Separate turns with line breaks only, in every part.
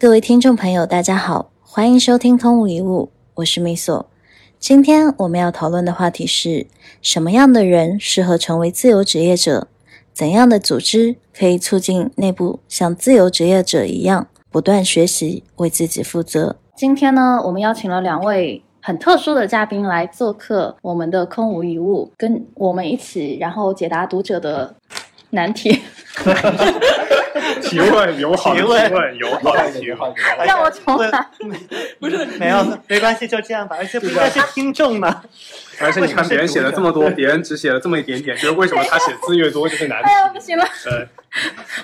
各位听众朋友，大家好，欢迎收听《空无一物》，我是米索。今天我们要讨论的话题是什么样的人适合成为自由职业者？怎样的组织可以促进内部像自由职业者一样不断学习，为自己负责？今天呢，我们邀请了两位很特殊的嘉宾来做客我们的空无一物，跟我们一起，然后解答读者的难题。
提问友好的
提
提
问
问友好的提问，
哎
让我重来。
不是嗯没有没关系，就这样吧。而且不应该是听众吗？
而且你看别人写了这么多，别人只写了这么一点点，就是为什么他写字越多就是难
哎呀，不
题？
行了，
呃，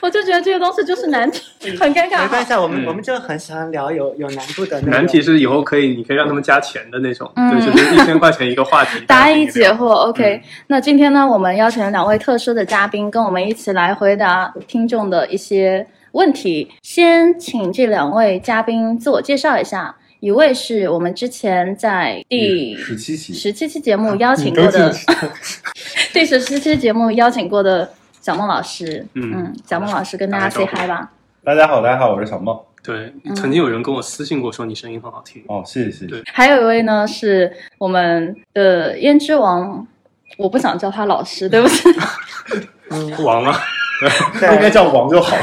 我就觉得这个东西就是难题，很尴
没关
尬。
系啊，我们
嗯
我们就很喜欢聊有有难度的内容
难题。是以后可以，你可以让他们加钱的那种，
嗯
对，就是一千块钱一个话题，
答疑
一
解惑，OK、那今天呢，我们邀请了两位特殊的嘉宾，跟我们一起来回答听众的一些问题。先请这两位嘉宾自我介绍一下，一位是我们之前在第
十七期，
十七期节目邀请
啊嗯都
过
记
的， 第十七期节目邀请过的小孟老师，
嗯
嗯，小孟老师跟大家
打个
say
招呼
hi 吧。
大家好，大家好，我是小梦。
对
嗯，
曾经有人跟我私信过说你声音很好听，
哦，谢谢谢
对
谢。
还有一位呢是我们的胭脂王，我不想叫他老师，对不起，
王啊，
应该叫王就好，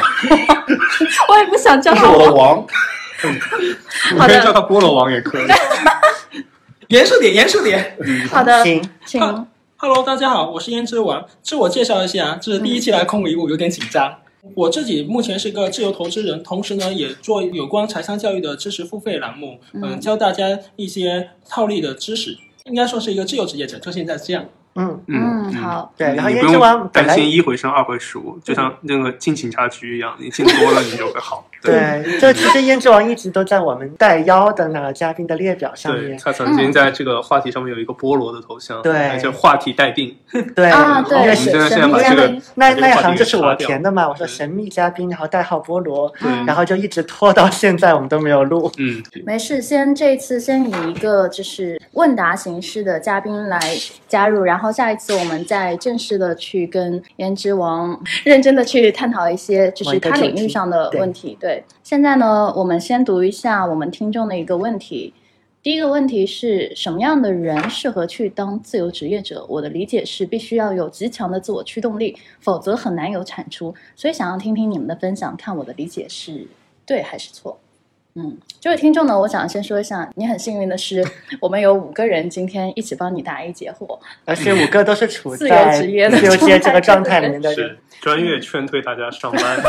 我也不想叫
这是
他
我的王。
你
好
可
的
以叫他菠萝王也可以。
严肃点，严肃点。
好的，
行，
请
Hello，大家好，我是胭脂王。自我介绍一下，这是第一期来空无一物，有点紧张。我自己目前是个自由投资人，同时呢也做有关财商教育的知识付费栏目，嗯、
嗯
教大家一些套利的知识，应该说是一个自由职业者，就现在这样。
嗯，
嗯，好，
对。然后
你
胭
不
脂
用
王本
担
来
心一回生二回熟，就像那个进警察局一样，你进多了你就会好。
对，就其实胭脂王一直都在我们带邀的那个嘉宾的列表上
对，
面。嗯
他曾经在这个话题上面有一个菠萝的头像，
对
而且话题待定，
对，
啊，
我
对，
因为
们
是
现在现
神
在
秘
把
嘉
这个
宾，
那
嗯把这个
那一
话题
行
给
就是
刷
我
掉
填的嘛，我说
对
神秘嘉宾，然后代号菠萝，
对
然后就一直拖到现在，我们都没有录。
嗯，
没事，先这一次先以一个就是问答形式的嘉宾来加入，然后下一次我们再正式的去跟颜值王 认真的去探讨一些就
某
是
一个
他
主
领域
题
上的
对
问题。对，现在呢，我们先读一下我们听众的一个问题。第一个问题是什么样的人适合去当自由职业者？我的理解是，必须要有极强的自我驱动力，否则很难有产出。所以想要听听你们的分享，看我的理解是对还是错。嗯，这位听众呢，我想先说一下，你很幸运的是， 我们有五个人今天一起帮你答疑解惑。
而且
嗯
五个都是处
自由
在
职业的
自由职业这个
状
状
态
态里面的人
是，专业劝退大家上班，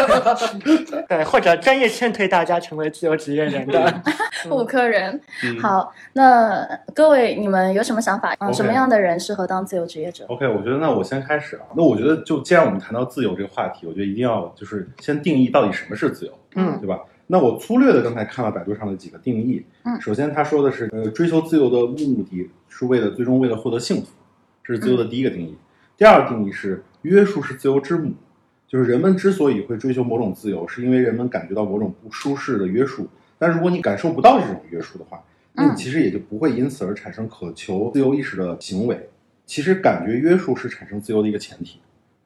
对，或者专业劝退大家成为自由职业人的。
五个人，
嗯，
好，那各位你们有什么想法？嗯，
OK
什么样的人适合当自由职业
哦
者？
OK，我觉得那我先开始啊。那我觉得就既然我们谈到自由这个话题，我觉得一定要就是先定义到底什么是自由，
嗯
对吧？那我粗略的刚才看了百度上的几个定义，
嗯
首先他说的是，呃，追求自由的目的是为了最终为了获得幸福，这是自由
嗯
的第一个定义。第二个定义是约束是自由之母，就是人们之所以会追求某种自由，是因为人们感觉到某种不舒适的约束。但如果你感受不到这种约束的话，那
嗯
你其实也就不会因此而产生渴求自由意识的行为。其实感觉约束是产生自由的一个前提，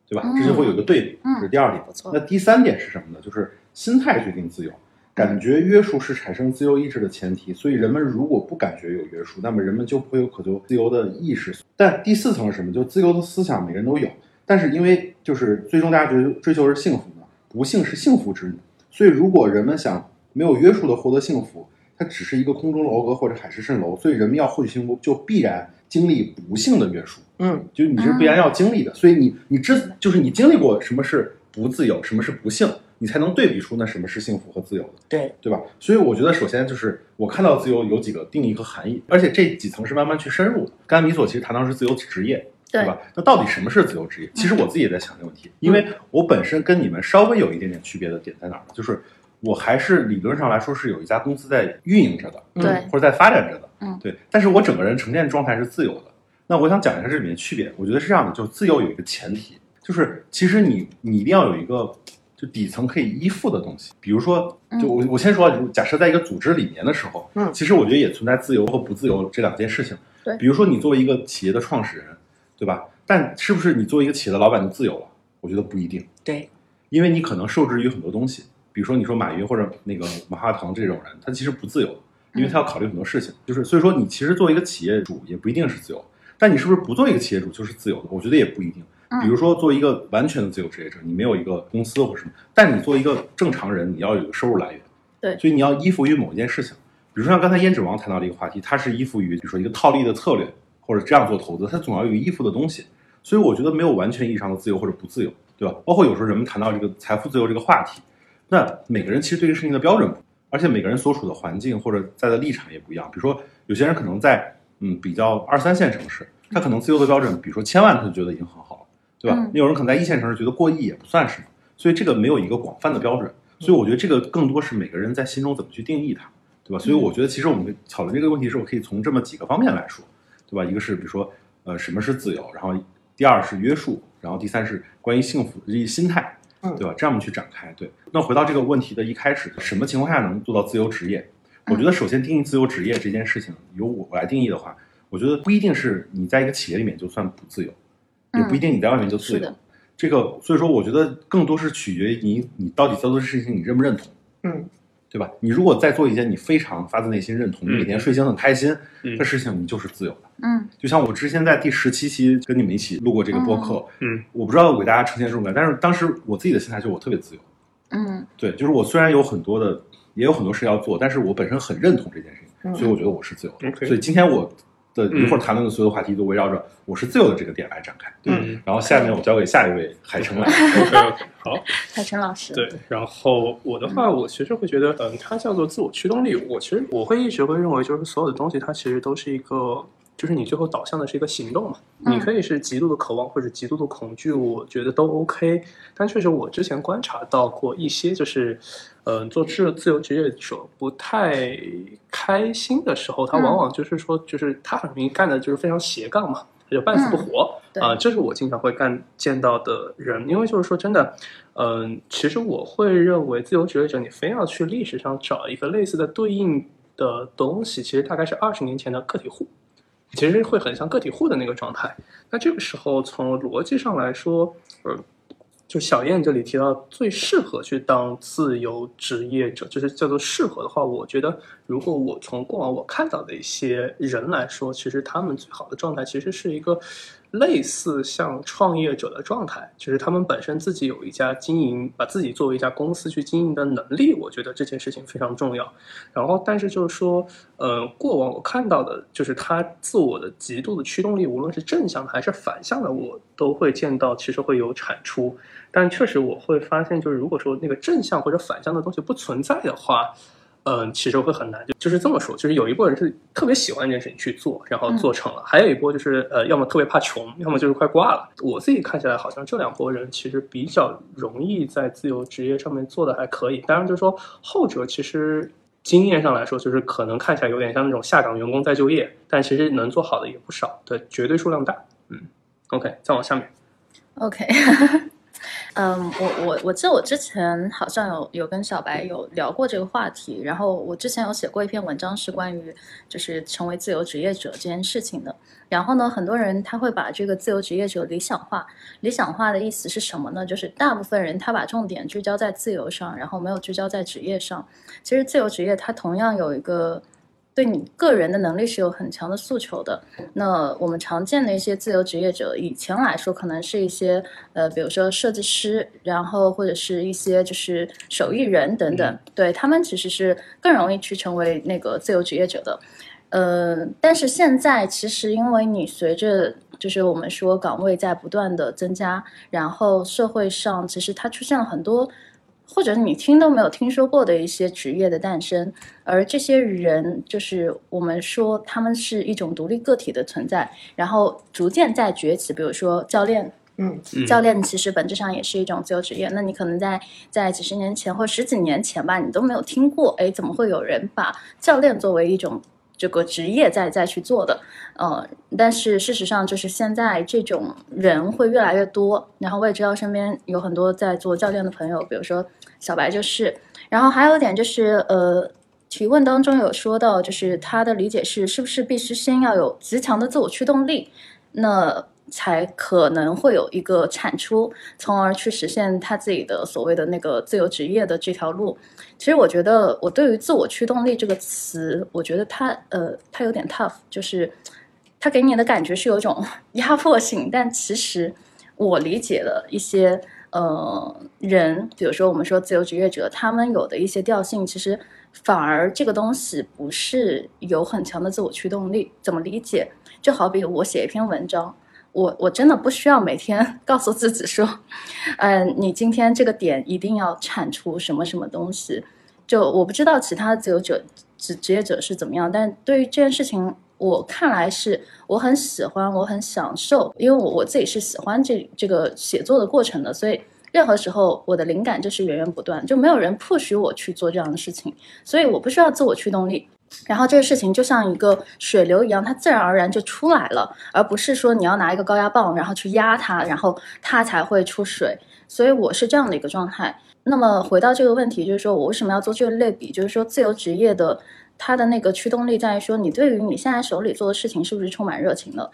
对吧？
嗯
这就会有一个对比，
嗯
这是第二点。
不错
那第三点是什么呢？就是心态决定自由。感觉约束是产生自由意志的前提，所以人们如果不感觉有约束，那么人们就不会有渴求自由的意识。但第四层是什么？就自由的思想，每个人都有，但是因为就是最终大家追追求是幸福嘛，不幸是幸福之母，所以如果人们想没有约束的获得幸福，它只是一个空中楼阁或者海市蜃楼，所以人们要获取幸福就必然经历不幸的约束。
嗯，
就你是必然要经历的，所以你你之就是你经历过什么是不自由，什么是不幸，你才能对比出那什么是幸福和自由的，
对，
对吧？所以我觉得，首先就是我看到自由有几个定义和含义，而且这几层是慢慢去深入的。刚才米索其实谈到是自由职业，
对
吧？那到底什么是自由职业？其实我自己也在想这个问题，因为我本身跟你们稍微有一点点区别的点在哪儿呢？就是我还是理论上来说是有一家公司在运营着的，
嗯
对，
或者在发展着的，
嗯
对。但是我整个人呈现状态是自由的。那我想讲一下这里面区别，我觉得是这样的，就是自由有一个前提，就是其实你你一定要有一个就底层可以依附的东西，比如说，
嗯
就我我先说啊，就假设在一个组织里面的时候，
嗯
其实我觉得也存在自由和不自由这两件事情。
对
比如说你作为一个企业的创始人，对吧？但是不是你作为一个企业的老板就自由了？我觉得不一定，
对，
因为你可能受制于很多东西，比如说你说马云或者那个马化腾这种人，他其实不自由，因为他要考虑很多事情。就是所以说，你其实做一个企业主也不一定是自由，但你是不是不做一个企业主就是自由的？我觉得也不一定。比如说，做一个完全的自由职业者，你没有一个公司或什么，但你做一个正常人，你要有一个收入来源。
对
所以你要依附于某一件事情。比如说像刚才胭脂王谈到的一个话题，它是依附于，比如说一个套利的策略，或者这样做投资，它总要有一个依附的东西。所以我觉得没有完全意义上的自由或者不自由，对吧？包括有时候人们谈到这个财富自由这个话题，那每个人其实对这个事情的标准不，而且每个人所处的环境或者在的立场也不一样。比如说有些人可能在嗯比较二三线城市，他可能自由的标准，比如说千万，他就觉得已经很好了，对吧
嗯？
那有人可能在一线城市觉得过亿也不算什么，所以这个没有一个广泛的标准。所以我觉得这个更多是每个人在心中怎么去定义它，对吧？所以我觉得其实我们讨论这个问题的时候，可以从这么几个方面来说，对吧？一个是比如说呃什么是自由，然后第二是约束，然后第三是关于幸福的心态，
嗯
对吧？这样去展开。对，那回到这个问题的一开始，什么情况下能做到自由职业？我觉得首先定义自由职业这件事情，由我来定义的话，我觉得不一定是你在一个企业里面就算不自由，也不一定你在外面就自
嗯是
由
的。
这个所以说，我觉得更多是取决于你你到底在做这事情你认不认同，
嗯，
对吧？你如果在做一件你非常发自内心认同，你每天睡醒很开心，
嗯
这事情你就是自由的。
嗯
就像我之前在第十七期跟你们一起录过这个播客，
嗯嗯，
我不知道我给大家呈现这种感觉，但是当时我自己的心态就是我特别自由，
嗯
对，就是我虽然有很多的，也有很多事要做，但是我本身很认同这件事情，
嗯
所以我觉得我是自由的。
OK
所以今天我的
嗯
一会儿谈论的所有话题都围绕着我是自由的这个点来展开。对，
嗯
然后下面我交给下一位海城来。
，OK OK，好，
海晨老师，
对，然后我的话，我其实会觉得，嗯，它叫做自我驱动力。我其实我会一直会认为，就是所有的东西，它其实都是一个，就是你最后导向的是一个行动嘛。
嗯
你可以是极度的渴望或者极度的恐惧，我觉得都 OK。但确实，我之前观察到过一些，就是，嗯、做自自由职业者不太开心的时候，他
嗯
往往就是说，就是他很容易干的就是非常斜杠嘛，他就半死不活。
对
啊、这是我经常会干见到的人，因为就是说真的，嗯、其实我会认为自由职业者，你非要去历史上找一个类似的对应的东西，其实大概是二十年前的个体户，其实会很像个体户的那个状态。那这个时候从逻辑上来说，呃，就小燕这里提到最适合去当自由职业者，就是叫做适合的话，我觉得如果我从过往我看到的一些人来说，其实他们最好的状态其实是一个类似像创业者的状态，就是他们本身自己有一家经营，把自己作为一家公司去经营的能力，我觉得这件事情非常重要。然后，但是就是说，呃，过往我看到的就是他自我的极度的驱动力，无论是正向的还是反向的，我都会见到，其实会有产出。但确实我会发现，就是如果说那个正向或者反向的东西不存在的话，嗯，其实会很难。就就是这么说，就是有一波人是特别喜欢这件事情去做，然后做成了；还有一波就是呃，要么特别怕穷，要么就是快挂了。我自己看起来，好像这两波人其实比较容易在自由职业上面做的还可以。当然，就是说后者其实。经验上来说，就是可能看起来有点像那种下岗员工再就业，但其实能做好的也不少，对，绝对数量大。嗯，OK，再往下面，
OK，嗯，我我我记得我之前好像有有跟小白有聊过这个话题，然后我之前有写过一篇文章是关于就是成为自由职业者这件事情的。然后呢，很多人他会把这个自由职业者理想化，理想化的意思是什么呢？就是大部分人他把重点聚焦在自由上，然后没有聚焦在职业上。其实自由职业它同样有一个。对你个人的能力是有很强的诉求的，那我们常见的一些自由职业者，以前来说可能是一些呃，比如说设计师，然后或者是一些就是手艺人等等，对他们其实是更容易去成为那个自由职业者的。呃，但是现在其实因为你随着就是我们说岗位在不断的增加，然后社会上其实它出现了很多。或者你听都没有听说过的一些职业的诞生，而这些人就是我们说他们是一种独立个体的存在，然后逐渐在崛起。比如说教练，
嗯，
教练其实本质上也是一种自由职业。那你可能在在几十年前或十几年前吧，你都没有听过，哎，怎么会有人把教练作为一种这个职业再再去做的？呃，但是事实上就是现在这种人会越来越多，然后我也知道身边有很多在做教练的朋友，比如说小白就是，然后还有一点就是呃。提问当中有说到，就是他的理解是，是不是必须先要有极强的自我驱动力？那才可能会有一个产出，从而去实现他自己的所谓的那个自由职业的这条路。其实我觉得，我对于“自我驱动力”这个词，我觉得它呃，它有点 tough，就是它给你的感觉是有一种 压迫性，但其实我理解了一些呃人，比如说我们说自由职业者，他们有的一些调性，其实反而这个东西不是有很强的自我驱动力。怎么理解？就好比我写一篇文章。我我真的不需要每天 告诉自己说，嗯、你今天这个点一定要产出什么什么东西。就我不知道其他自由者职职业者是怎么样，但对于这件事情，我看来是我很喜欢，我很享受，因为我我自己是喜欢这这个写作的过程的，所以任何时候我的灵感就是源源不断，就没有人 push 我去做这样的事情，所以我不需要自我驱动力。然后这个事情就像一个水流一样，它自然而然就出来了，而不是说你要拿一个高压棒，然后去压它，然后它才会出水。所以我是这样的一个状态。那么回到这个问题，就是说我为什么要做这个类比？就是说自由职业的它的那个驱动力在于说，你对于你现在手里做的事情是不是充满热情了？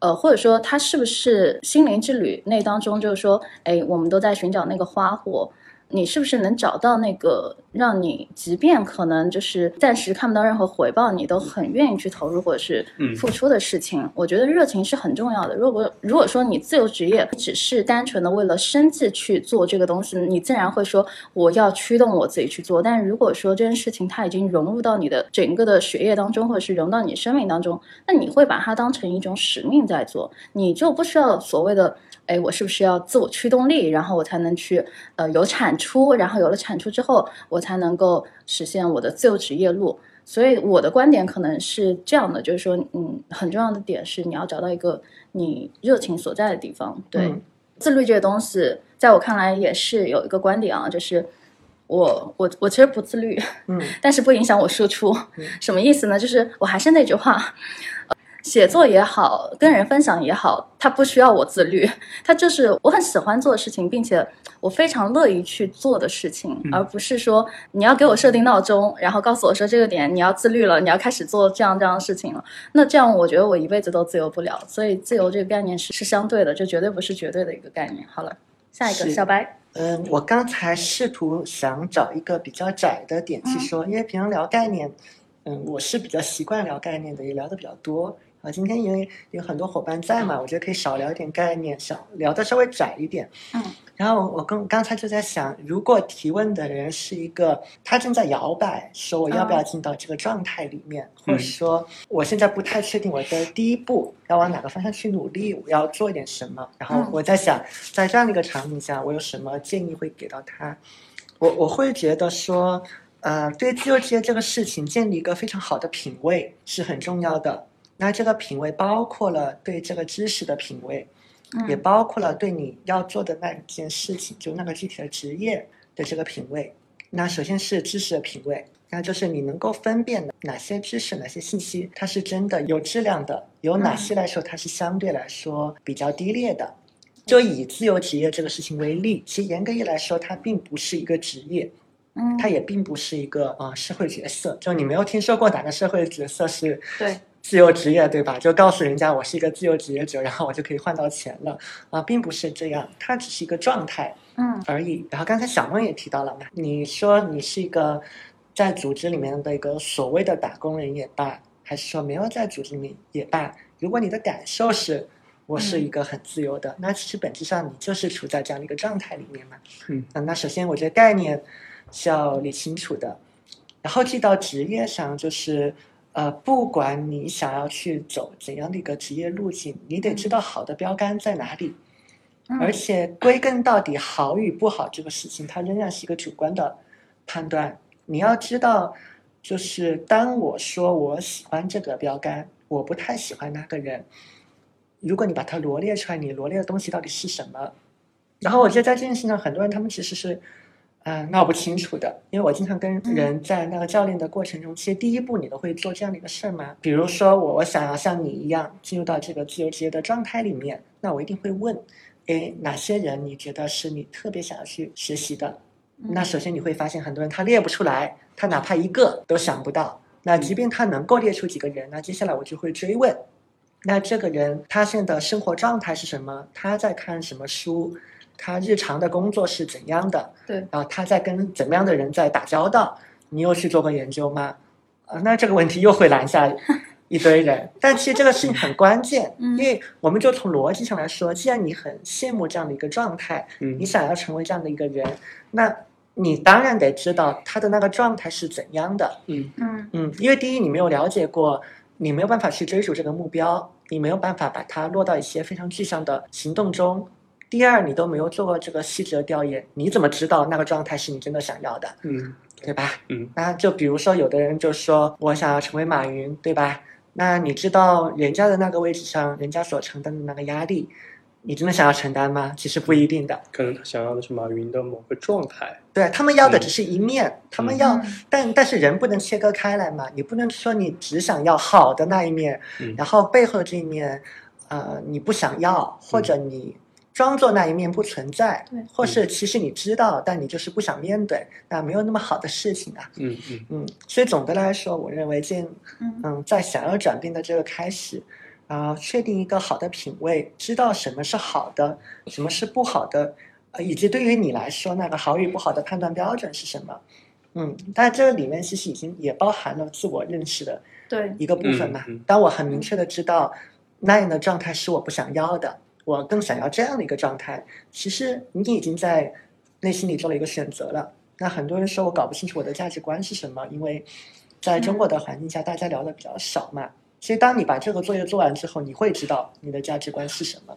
呃，或者说它是不是心灵之旅那当中，就是说，哎，我们都在寻找那个花火，你是不是能找到那个让你，即便可能就是暂时看不到任何回报，你都很愿意去投入或者是
嗯
付出的事情？我觉得热情是很重要的。如果如果说你自由职业只是单纯的为了生计去做这个东西，你自然会说我要驱动我自己去做。但如果说这件事情它已经融入到你的整个的学业当中，或者是融到你生命当中，那你会把它当成一种使命在做，你就不需要所谓的。哎，我是不是要自我驱动力，然后我才能去呃有产出，然后有了产出之后，我才能够实现我的自由职业路。所以我的观点可能是这样的，就是说，嗯，很重要的点是你要找到一个你热情所在的地方。对，
嗯
自律这个东西，在我看来也是有一个观点啊，就是我我我其实不自律，
嗯，
但是不影响我输出。 什么意思呢？就是我还是那句话，呃写作也好，跟人分享也好，它不需要我自律，它就是我很喜欢做的事情，并且我非常乐意去做的事情，
嗯
而不是说你要给我设定闹钟，然后告诉我说这个点你要自律了，你要开始做这样这样的事情了。那这样我觉得我一辈子都自由不了，所以自由这个概念是是相对的，这绝对不是绝对的一个概念。好了，下一个
是
小白，
嗯，我刚才试图想找一个比较窄的点去说，因为平常聊概念，嗯，我是比较习惯聊概念的，也聊的比较多。啊，今天因为有很多伙伴在嘛，我觉得可以少聊一点概念，少聊的稍微窄一点。
嗯，
然后我刚刚才就在想，如果提问的人是一个他正在摇摆，说我要不要进到这个状态里面，或者说我现在不太确定我的第一步要往哪个方向去努力，我要做一点什么。然后
嗯
我在想，在这样的一个场景下，我有什么建议会给到他？我我会觉得说，呃，对自由职业这个事情建立一个非常好的品味是很重要的。那这个品味包括了对这个知识的品味，也
嗯
包括了对你要做的那件事情，就那个具体的职业的这个品味。那首先是知识的品味，那就是你能够分辨哪些知识、哪些信息它是真的有质量的，有哪些来说它是相对来说比较低劣的。就以自由职业这个事情为例，其实严格意义来说，它并不是一个职业，
嗯，
它也并不是一个呃社会角色。就你没有听说过哪个社会角色是
对
自由职业，对吧？就告诉人家我是一个自由职业者，然后我就可以换到钱了啊、并不是这样，它只是一个状态
嗯
而已。然后刚才小梦也提到了嘛，你说你是一个在组织里面的一个所谓的打工人也罢，还是说没有在组织里面也罢，如果你的感受是我是一个很自由的，那其实本质上你就是处在这样的一个状态里面嘛。
嗯
呃，那首先我觉得概念是要理清楚的，然后记到职业上就是。呃，不管你想要去走怎样的一个职业路径，你得知道好的标杆在哪里。
嗯
而且归根到底，好与不好这个事情，它仍然是一个主观的判断。你要知道，就是当我说我喜欢这个标杆，我不太喜欢那个人，如果你把它罗列出来，你罗列的东西到底是什么？然后我觉得在这件事情上，很多人他们其实是，嗯、闹不清楚的。因为我经常跟人在那个教练的过程中，其实第一步你都会做这样的一个事儿嘛。比如说我我想要像你一样进入到这个自由职业的状态里面，那我一定会问，诶，哪些人你觉得是你特别想要去学习的？
嗯
那首先你会发现，很多人他列不出来，他哪怕一个都想不到。那即便他能够列出几个人，那接下来我就会追问，那这个人他现在的生活状态是什么？他在看什么书？他日常的工作是怎样的？
对，
然后他在跟怎么样的人在打交道？你有去做过研究吗？啊，那这个问题又会拦下一堆人。但其实这个事情很关键，
嗯
因为我们就从逻辑上来说，既然你很羡慕这样的一个状态，
嗯
你想要成为这样的一个人，那你当然得知道他的那个状态是怎样的。
嗯
嗯
嗯，因为第一，你没有了解过，你没有办法去追逐这个目标，你没有办法把它落到一些非常具象的行动中。第二，你都没有做过这个细致的调研，你怎么知道那个状态是你真的想要的，
嗯
对吧？
嗯，
那就比如说，有的人就说我想要成为马云，对吧？那你知道人家的那个位置上，人家所承担的那个压力，你真的想要承担吗？其实不一定的。
可能他想要的是马云的某个状态。
对他们要的
嗯
只是一面，他们要，
嗯
但但是人不能切割开来嘛，你不能说你只想要好的那一面，
嗯
然后背后这一面，呃，你不想要，或者你装作那一面不存在，
对
或是其实你知道，但你就是不想面对，那没有那么好的事情啊，
嗯嗯
嗯，所以总的来说，我认为建
嗯
嗯，在想要转变的这个开始，啊，确定一个好的品味，知道什么是好的，什么是不好的，呃，以及对于你来说那个好与不好的判断标准是什么。嗯，但这个里面其实已经也包含了自我认识的
对，
一个部分嘛
嗯嗯。
当我很明确的知道那样的状态是我不想要的，我更想要这样的一个状态，其实你已经在内心里做了一个选择了。那很多人说我搞不清楚我的价值观是什么，因为在中国的环境下，大家聊的比较少嘛。其实当你把这个作业做完之后，你会知道你的价值观是什么。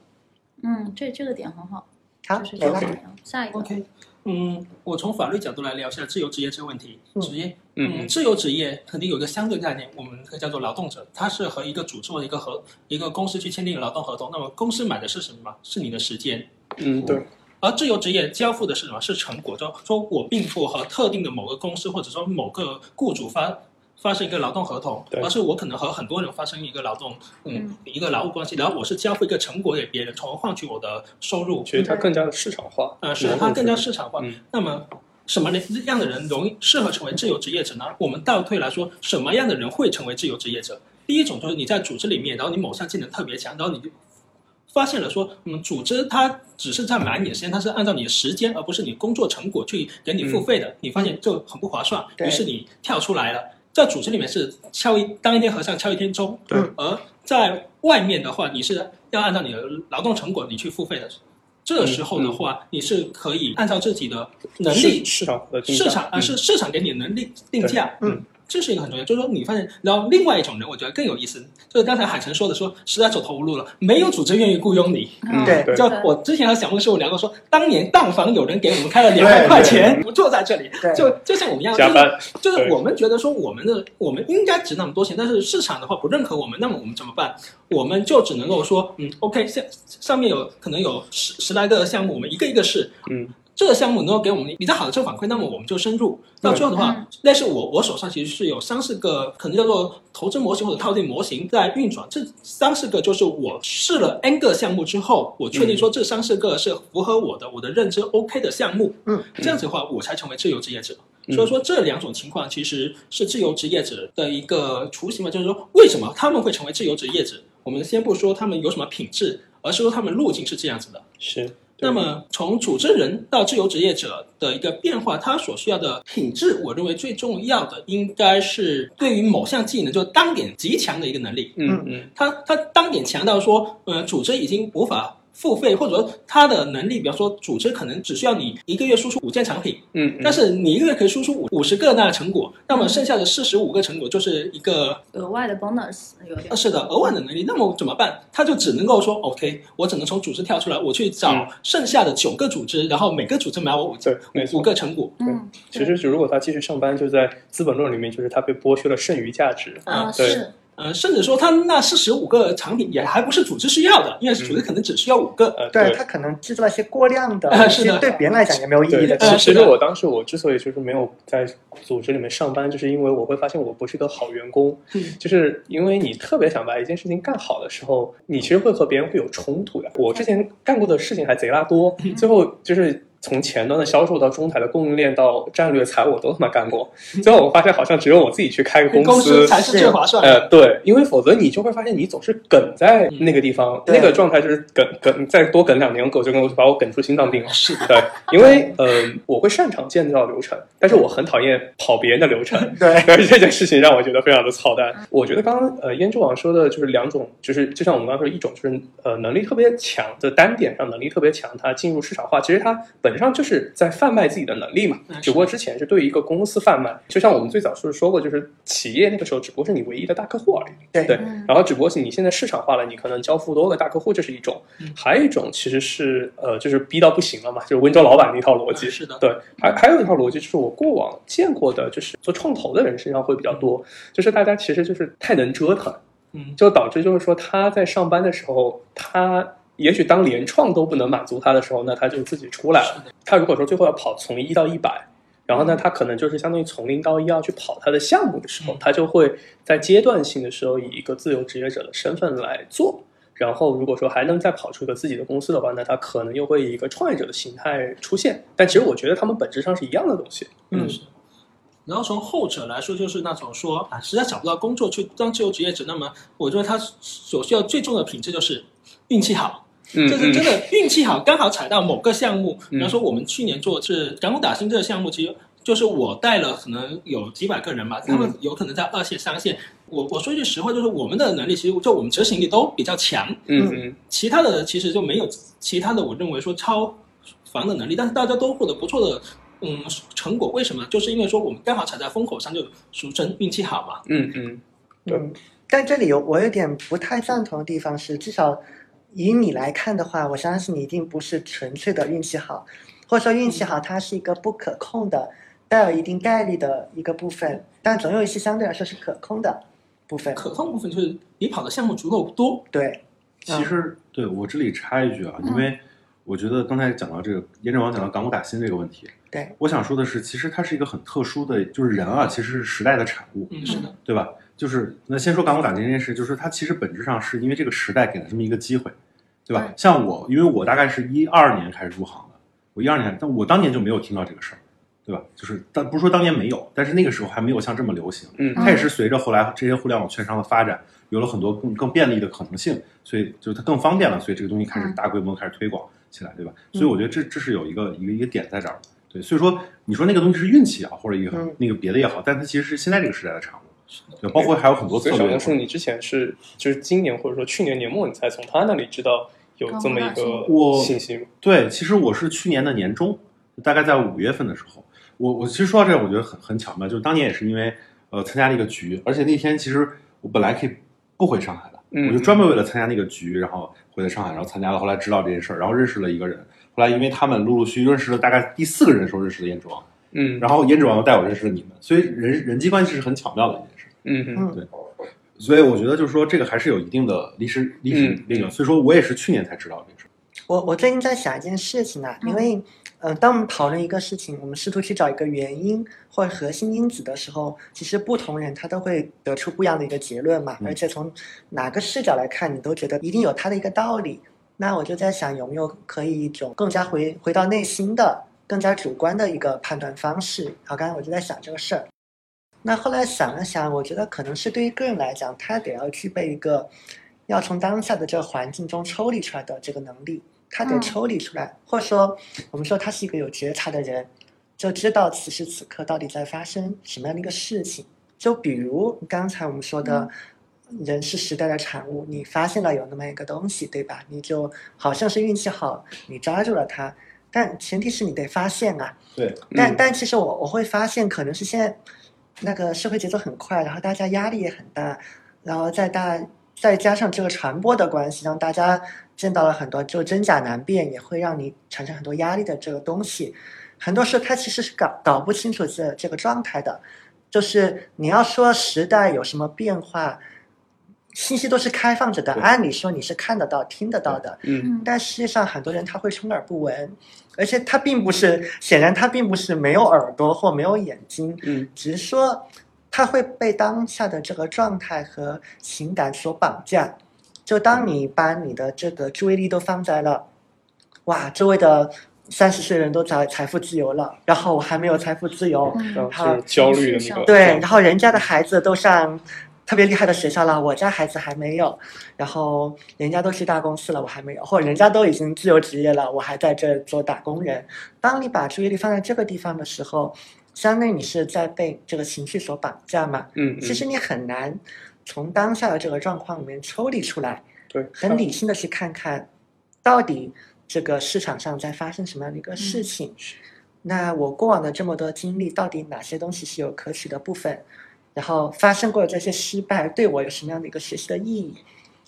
嗯，这这个点很好，
好
就是，
没
这
了
个。点。下一个，
OK，嗯，我从法律角度来聊一下自由职业这个问题。
嗯
职业，
嗯
嗯，自由职业肯定有一个相对概念，我们可以叫做劳动者，它是和一个主做一个合一个公司去签订劳动合同。那么公司买的是什么？是你的时间。
嗯，对，
而自由职业交付的是什么？是成果，就说我并不和特定的某个公司或者说某个雇主发发生一个劳动合同
对，
而是我可能和很多人发生一个劳动，嗯
嗯，
一个劳务关系，然后我是交付一个成果给别人，从而换取我的收入。
其实它更加的市场化。
呃，嗯是
某种
它更加
程
市场
度
化。
嗯
那么，什么样的人容易适合成为自由职业者呢？我们倒退来说，什么样的人会成为自由职业者？第一种就是你在组织里面，然后你某项技能特别强，然后你就发现了说，嗯，组织它只是在买你的时间，它是按照你的时间，而不是你工作成果去给你付费的。你发现就很不划算，
对
于是你跳出来了。在组织里面是敲一当一天和尚敲一天钟，
对
而在外面的话，你是要按照你的劳动成果你去付费的。这时候的
嗯
话，你是可以按照自己的能力
市市场化的定价
市场啊，
嗯
是市场给你的能力定价，
嗯，
这是一个很重要。就是说，你发现，然后另外一种人，我觉得更有意思，就是刚才海晨说的说，实在走投无路了，没有组织愿意雇佣你。
嗯
对
对
就我之前和小木师傅聊过说，当年但凡有人给我们开了两万块钱，不坐在这里
对，
就就像我们一样
加班，
就是
对
就是我们觉得说我们的我们应该值那么多钱，但是市场的话不认可我们，那么我们怎么办？我们就只能够说，嗯，OK，下上面有可能有十十来个项目，我们一个一个试，
嗯，
这个项目能够给我们比较好的正反馈，那么我们就深入。到最后的
嗯
话，但是我我手上其实是有三四个，可能叫做投资模型或者套利模型在运转。这三四个就是我试了 N 个项目之后，我确定说这三四个是符合我的我的认知 OK 的项目。
嗯，
这样子的话，我才成为自由职业者。
嗯
所以说这两种情况其实是自由职业者的一个雏形嘛，就是说为什么他们会成为自由职业者？我们先不说他们有什么品质，而是说他们路径是这样子的。
是。对
那么，从组织人到自由职业者的一个变化，他所需要的品质，我认为最重要的应该是对于某项技能，就是当点极强的一个能力。
嗯嗯
他他当点强到说，呃，组织已经无法付费，或者说他的能力，比方说组织可能只需要你一个月输出五件产品，
嗯，嗯
但是你一个月可以输出五五十个那成果，那么剩下的四十五个成果就是一个
额外的 bonus 有点
呃，，是的，额外的能力，那么怎么办？他就只能够说，OK，我只能从组织跳出来，我去
嗯
找剩下的九个组织，然后每个组织买我五
对，没错
五。个成果。
嗯，
其实就如果他继续上班，就在《资本论》里面，就是他被剥削了剩余价值。
啊
对
是，
呃，甚至说他那四十五个产品也还不是组织需要的，因为组织可能只需要五个。
嗯呃，
对他可能制造一些过量的，
啊
其
是
实
的
对别人来讲也没有意 义
对
的。，
其
呃
实其
是
实
的
我当时我之所以就是没有在组织里面上班，就是因为我会发现我不是个好员工，
嗯
就是因为你特别想把一件事情干好的时
嗯
候，你其实会和别人会有冲突的。我之前干过的事情还贼拉多，最后就是从前端的销售到中台的供应链到战略财，我都他妈干过。 最后我发现好像只有我自己去开个
嗯公
司
司才是最划算的。
呃，对，因为否则你就会发现你总是梗在
嗯
那个地方，
对
那个状态就是梗梗，再多梗两年，狗就跟我把我梗出心脏病了。
是的，
对，因为呃，我会擅长建造流程，但是我很讨厌跑别人的流程。
对，
对这件事情让我觉得非常的操蛋。我觉得刚刚呃，燕之王说的就是两种，就是就像我们刚刚说，一种就是呃能力特别强的单点上能力特别强，他进入市场化，其实他本质上就是在贩卖自己的能力嘛
嗯。
只不过之前是对一个公司贩卖，就像我们最早是说过，就是企业那个时候只不过是你唯一的大客户而已。
对
对
嗯，
然后只不过是你现在市场化了，你可能交付多个大客户，这是一种
嗯；
还有一种其实是呃，就是逼到不行了嘛，就是温州老板那套逻辑。
嗯是的
对，还还有一套逻辑就是我过往见过的，就是做创投的人身上会比较多，就是大家其实就是太能折腾，
嗯，
就导致就是说他在上班的时候，他也许当联创都不能满足他的时候，那他就自己出来了。他如果说最后要跑从一到一百，然后呢，他可能就是相当于从零到一要去跑他的项目的时候
嗯，
他就会在阶段性的时候以一个自由职业者的身份来做。然后，如果说还能再跑出一个自己的公司的话，那他可能又会以一个创业者的形态出现。但其实我觉得他们本质上是一样的东西。
嗯，是。然后从后者来说，就是那种说啊，实在找不到工作去当自由职业者，那么我觉得他所需要最重要的品质就是运气好，
嗯
就是真的运气好，刚好踩到某个项目。比
嗯
方说我们去年做是港股打新这个项目，其实就是我带了可能有几百个人吧，他
嗯
们有可能在二线、三线。我我说一句实话，就是我们的能力其实就我们执行力都比较强，
嗯嗯
其他的其实就没有其他的，我认为说超凡的能力，但是大家都获得不错的嗯成果。为什么？就是因为说我们刚好踩在风口上，就俗称运气好嘛。
嗯嗯对
嗯，但这里有我有点不太赞同的地方是，至少以你来看的话，我相信你一定不是纯粹的运气好，或者说运气好，它是一个不可控的、带有一定概率的一个部分，但总有一些相对来说是可控的部分。
可控部分就是你跑的项目足够多，
对，
其实对我这里插一句啊，因为我觉得刚才讲到这个，严正王讲到港股打新这个问题，
对，
我想说的是，其实它是一个很特殊的，就是人啊，其实是时代的产物，
嗯，是的，
对吧？就是那先说港股打新这件事，就是它其实本质上是因为这个时代给了这么一个机会，对吧？
对
像我，因为我大概是一二年开始入行的，我一二年，但我当年就没有听到这个事儿，对吧？就是但不是说当年没有，但是那个时候还没有像这么流行。
嗯
它也是随着后来这些互联网券商的发展，有了很多更更便利的可能性，所以就是它更方便了，所以这个东西开始
嗯
大规模开始推广起来，对吧？所以我觉得这这是有一个一个一个点在这儿的，对。所以说你说那个东西是运气啊，或者一个、
嗯
那个别的也好，但它其实是现在这个时代的产物，对，包括还有很多
所
策
以小
略
红。书，你之前是就是今年或者说去年年末，你才从他那里知道有这么一个
我
信息吗？
对，其实我是去年的年中，大概在五月份的时候，我我其实说到这儿，我觉得很很巧妙，就是当年也是因为呃参加了一个局，而且那天其实我本来可以不回上海的，
嗯
我就专门为了参加那个局，然后回了上海，然后参加了，后来知道这件事儿，然后认识了一个人，后来因为他们陆陆续续认识了大概第四个人的时候认识的燕之王，
嗯，
然后燕之王又带我认识了你们，所以人人际关系是很巧妙的一件事。
嗯嗯
嗯，
对所以我觉得就是说，这个还是有一定的历史历史
嗯
那个，所以说我也是去年才知道这个事儿。
我我最近在想一件事情啊，因为，呃，当我们讨论一个事情，我们试图去找一个原因或者核心因子的时候，其实不同人他都会得出不一样的一个结论嘛，
嗯
而且从哪个视角来看，你都觉得一定有它的一个道理。那我就在想，有没有可以一种更加回回到内心的、更加主观的一个判断方式？然后刚才我就在想这个事儿。那后来想了想，我觉得可能是对于个人来讲，他得要具备一个要从当下的这个环境中抽离出来的这个能力，他得
嗯
抽离出来，或者说我们说他是一个有觉察的人，就知道此时此刻到底在发生什么样的一个事情。就比如刚才我们说的，人是时代的产物，你发现了有那么一个东西，对吧？你就好像是运气好，你抓住了它，但前提是你得发现啊。
对，
但
嗯
但其实我我会发现，可能是现在那个社会节奏很快，然后大家压力也很大，然后再大再加上这个传播的关系，让大家见到了很多就真假难辨，也会让你产生很多压力的这个东西。很多时候他其实是搞搞不清楚这这个状态的，就是你要说时代有什么变化，信息都是开放着的，
对
按理说你是看得到、听得到的，
嗯
嗯
但实际上很多人他会充耳不闻，而且他并不是，显然他并不是没有耳朵或没有眼睛，
嗯
只是说他会被当下的这个状态和情感所绑架。就当你把你的这个注意力都放在了，哇，周围的三十岁人都财财富自由了，然后我还没有财富自由，
嗯，
他
就是焦虑的那
情绪
个，
上
对，然后人家的孩子都上特别厉害的学校了，我家孩子还没有。然后人家都去大公司了，我还没有，或者人家都已经自由职业了，我还在这儿做打工人。当你把注意力放在这个地方的时候，相当于你是在被这个情绪所绑架嘛。
嗯，嗯
其实你很难从当下的这个状况里面抽离出来，
对，
很理性的去看看，到底这个市场上在发生什么样的一
嗯
个事情。那我过往的这么多经历，到底哪些东西是有可取的部分？然后发生过的这些失败，对我有什么样的一个学习的意义？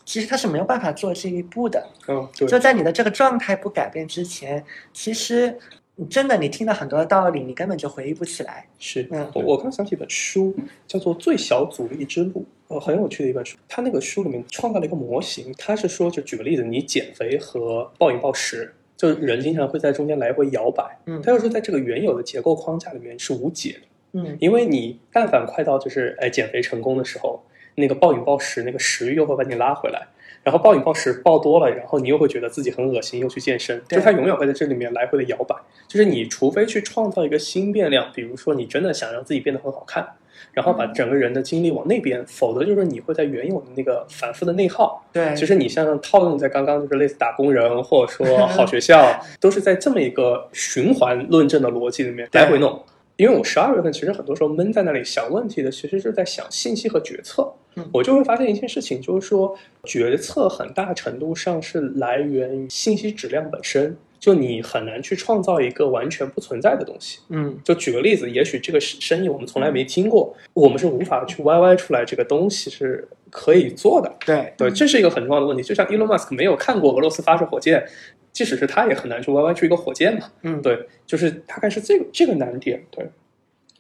其实他是没有办法做这一步的。
嗯，对，
就在你的这个状态不改变之前，其实你真的你听了很多道理，你根本就回忆不起来。
是
嗯
我我刚想起一本书，叫做《最小阻力之路》，呃，很有趣的一本书。它那个书里面创造了一个模型，它是说，就举个例子，你减肥和暴饮暴食，就是人经常会在中间来回摇摆。
嗯
它又说，在这个原有的结构框架里面是无解的，
嗯
因为你但凡快到就是哎减肥成功的时候，那个暴饮暴食那个食欲又会把你拉回来。然后暴饮暴食暴多了，然后你又会觉得自己很恶心，又去健身，就
对
是它永远会在这里面来回的摇摆。就是你除非去创造一个新变量，比如说你真的想让自己变得很好看，然后把
嗯
整个人的精力往那边，否则就是你会在原有的那个反复的内耗。
对，
其实你像套用在刚刚就是类似打工人或者说好学校，都是在这么一个循环论证的逻辑里面来回弄。因为我十二月份其实很多时候闷在那里想问题的，其实是在想信息和决策
嗯。
我就会发现一件事情，就是说决策很大程度上是来源于信息质量本身，就你很难去创造一个完全不存在的东西。
嗯
就举个例子，也许这个生意我们从来没听过，我们是无法去 YY 出来这个东西是可以做的。
对
对，这是一个很重要的问题。就像 Elon Musk 没有看过俄罗斯发射火箭，即使是他也很难去 YY 出一个火箭嘛。
嗯
对，就是大概是这个这个难点。对，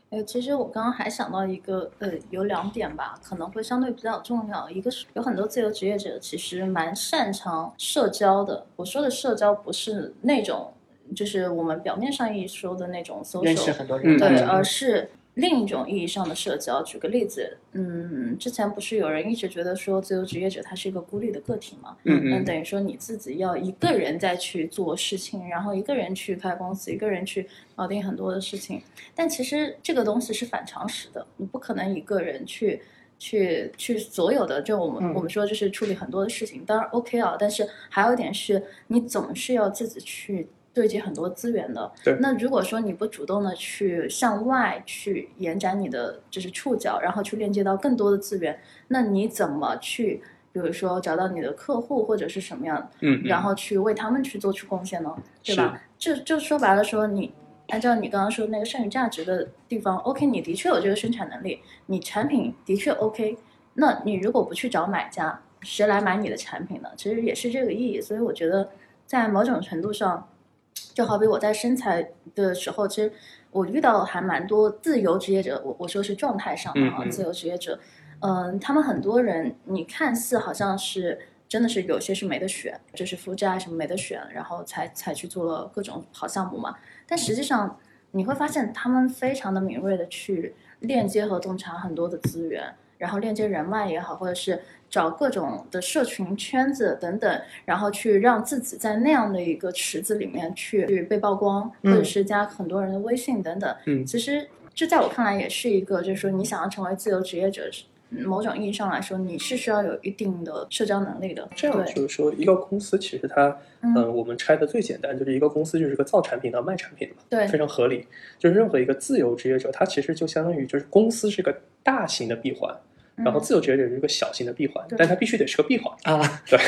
哎，其实我刚刚还想到一个，呃，有两点吧，可能会相对比较重要。一个是有很多自由职业者其实蛮擅长社交的。我说的社交不是那种，就是我们表面上意义说的那种 social，
认识很多人，
对，
嗯
而是另一种意义上的社交。举个例子，嗯，之前不是有人一直觉得说自由职业者他是一个孤立的个体嘛？
嗯
等于说你自己要一个人再去做事情，然后一个人去开公司，一个人去搞定很多的事情。但其实这个东西是反常识的，你不可能一个人去。去去所有的，就我们、
嗯
我们说就是处理很多的事情，当然 OK 啊，但是还有一点是，你总是要自己去对接很多资源的，那如果说你不主动的去向外去延展你的就是触角，然后去链接到更多的资源，那你怎么去，比如说找到你的客户或者是什么样，
嗯
然后去为他们去做出贡献呢？对吧？就就说白了说你。按照你刚刚说的那个剩余价值的地方，OK，你的确有这个生产能力，你产品的确 OK，那你如果不去找买家，谁来买你的产品呢？其实也是这个意义。所以我觉得，在某种程度上，就好比我在身材的时候，其实我遇到还蛮多自由职业者，我我说是状态上的啊，
嗯嗯
自由职业者，嗯、他们很多人你看似好像是。真的是有些是没得选，就是负债什么没得选，然后才才去做了各种好项目嘛。但实际上你会发现，他们非常的敏锐的去链接和洞察很多的资源，然后链接人脉也好，或者是找各种的社群圈子等等，然后去让自己在那样的一个池子里面去去被曝光，或
嗯
者是加很多人的微信等等。
嗯
其实这在我看来也是一个，就是说你想要成为自由职业者。某种意义上来说，你是需要有一定的社交能力的。
这样
对
就是说，一个公司其实它，
嗯
嗯，我们拆的最简单，就是一个公司就是个造产品的卖产品嘛，
对
非常合理。就是任何一个自由职业者，他其实就相当于就是公司是个大型的闭环，然后
嗯
自由职业者是一个小型的闭环，
对
但它必须得是个闭环。
啊，
对，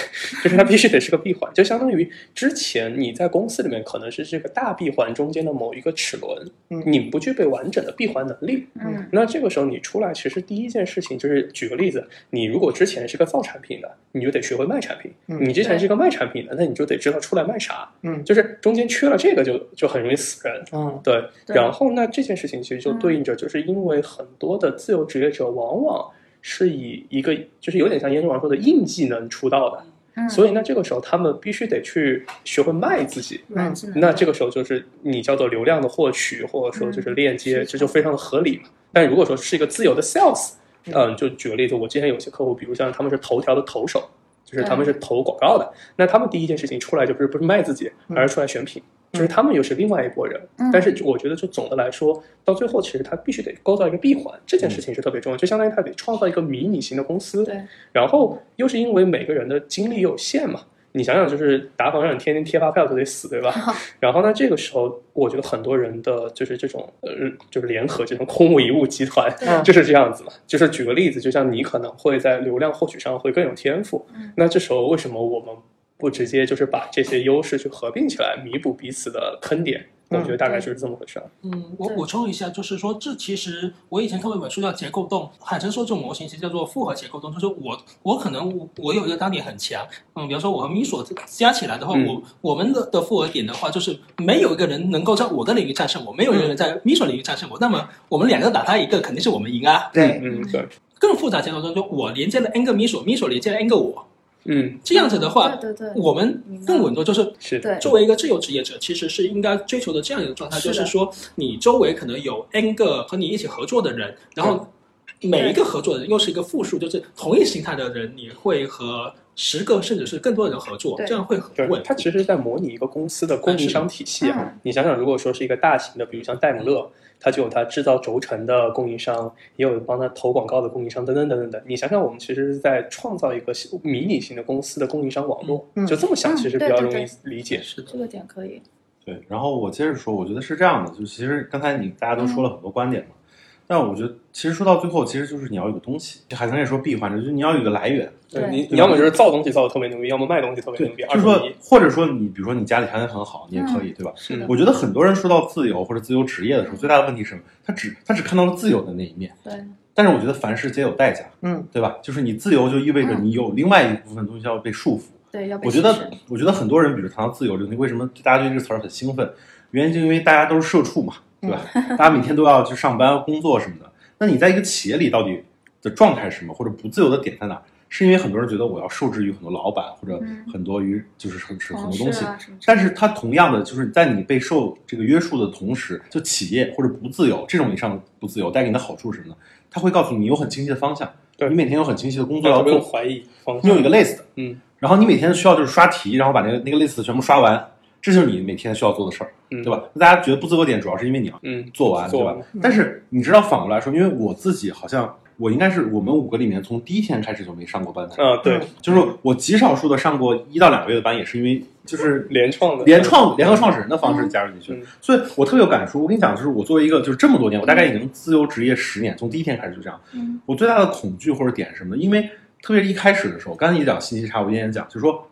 就是它必须得是个闭环，就相当于之前你在公司里面可能是这个大闭环中间的某一个齿轮，
嗯
你不具备完整的闭环能力。
嗯
那这个时候你出来，其实第一件事情就是，举个例子，你如果之前是个造产品的，你就得学会卖产品；
嗯
你之前是个卖产品的，那你就得知道出来卖啥。
嗯
就是中间缺了这个就，就很容易死人。
嗯
对，
对嗯
然后那这件事情其实就对应着，就是因为很多的自由职业者往往是以一个就是有点像燕之王说的硬技能出道的，
嗯，
所以那这个时候他们必须得去学会卖自己。
软技能
嗯那这个时候就是你叫做流量的获取，或者说嗯就是链接，这就非常的合理嘛。但如果说是一个自由的 sales，嗯、就举个例子，我之前有些客户，比如像他们是头条的投嗯嗯手，就是他们是投广告的，那他们第一件事情出来就不是不是卖自己，而是出来选品。就是他们又是另外一拨人。
嗯
但是就我觉得，就总的来说，到最后其实他必须得构造一个闭环，这件事情是特别重要，就相当于他得创造一个迷你型的公司。
对，
然后又是因为每个人的精力有限嘛，你想想，就是打榜让你天天贴发票都得死，对吧？然后呢，这个时候我觉得很多人的就是这种呃，就是联合这种空无一物集团。
嗯
就是这样子嘛，就是举个例子，就像你可能会在流量获取上会更有天赋，
嗯
那这时候为什么我们不直接就是把这些优势去合并起来，弥补彼此的坑点？我
嗯
觉得大概就是这么回事儿。
嗯，我
对
补充一下，就是说，这其实我以前看过一本书叫《结构洞》，海城说这种模型其实叫做复合结构洞，就是我我可能我我有一个单点很强，嗯，比方说我和米索加起来的话，
嗯
我我们的的复合点的话，就是没有一个人能够在我的领域战胜我，没有一个人在米索领域战胜我，那么我们两个打他一个，肯定是我们赢啊。
对，
嗯，对，
更复杂结构中，就我连接了 n 个米索，米索连接了 n 个我，
嗯，
这样子的话，
对对对，
我们更稳重，就是
是，
对
作为一个自由职业者，其实是应该追求的这样一个状态，
是
就
的
是说你周围可能有 n 个和你一起合作的人，然后每一个合作的人又是一个复数，就是同一形态的人，你会和十个甚至是更多的人合作，
对
这样会很
对
稳，。
它其实是在模拟一个公司的供应商体系啊。
嗯
你想想，如果说是一个大型的，比如像戴姆勒，它就有它制造轴承的供应商，也有帮它投广告的供应商，等等等等等。你想想，我们其实是在创造一个迷你型的公司的供应商网络，
嗯
就这么想，
嗯
其实比
对
较
对
容易
对
理解。
是的
这，个点可以，
对，然后我接着说，我觉得是这样的，就其实刚才你大家都说了很多观点嘛，但我觉得其实说到最后，其实就是你要有个东西，海豚也说闭环着，就是你要有一个来源，
对
你你要么就是造东西造的特别牛逼，要么卖东西特别牛逼，
就
二
是
选
说
一。
或者说你比如说你家里条件很好，你也可以，对吧？
是的，
我觉得很多人说到自由或者自由职业的时候，最大的问题是什么？他只他只看到了自由的那一面，
对
但是我觉得凡事皆有代价，
嗯，
对吧？就是你自由就意味着你有另外一部分东西要被束缚。
对，要被
我觉
支
得
持，
我觉得很多人，比如谈到自由这个东西，为什么大家对这个词儿很兴奋？原因就因为大家都是社畜嘛，对吧？
嗯
大家每天都要去上班、工作什么的。那你在一个企业里到底的状态是什么，或者不自由的点在哪？是因为很多人觉得我要受制于很多老板，或者
嗯
很多于就是很很很
同事
多东西。
啊什么之类的，
但是它同样的，就是在你被受这个约束的同时，就企业或者不自由这种以上的不自由带给你的好处是什么呢？它会告诉你你有很清晰的方向，
对
你每天有很清晰的工作
大家
要
不用
做，
怀疑方
你有一
向。
个 list，
嗯
然后你每天需要就是刷题，然后把那个那个 list 全部刷完，这就是你每天需要做的事儿，
嗯，
对？吧？那大家觉得不自由点主要是因为你要
嗯，
做完，
做
对
完
吧？但是你知道反过来说，因为我自己好像我应该是我们五个里面从第一天开始就没上过班的，
啊，
嗯
对，
嗯
就是我极少数的上过一到两个月的班，也是因为就是
联创的
联创联合创始人的方式加入进去
嗯，
所以我特别有感触。我跟你讲，就是我作为一个就是这么多年，我大概已经自由职业十年，从第一天开始就这样。
嗯
我最大的恐惧或者点是什么呢？因为特别是一开始的时候，刚才你讲信息差，我一点讲，就是说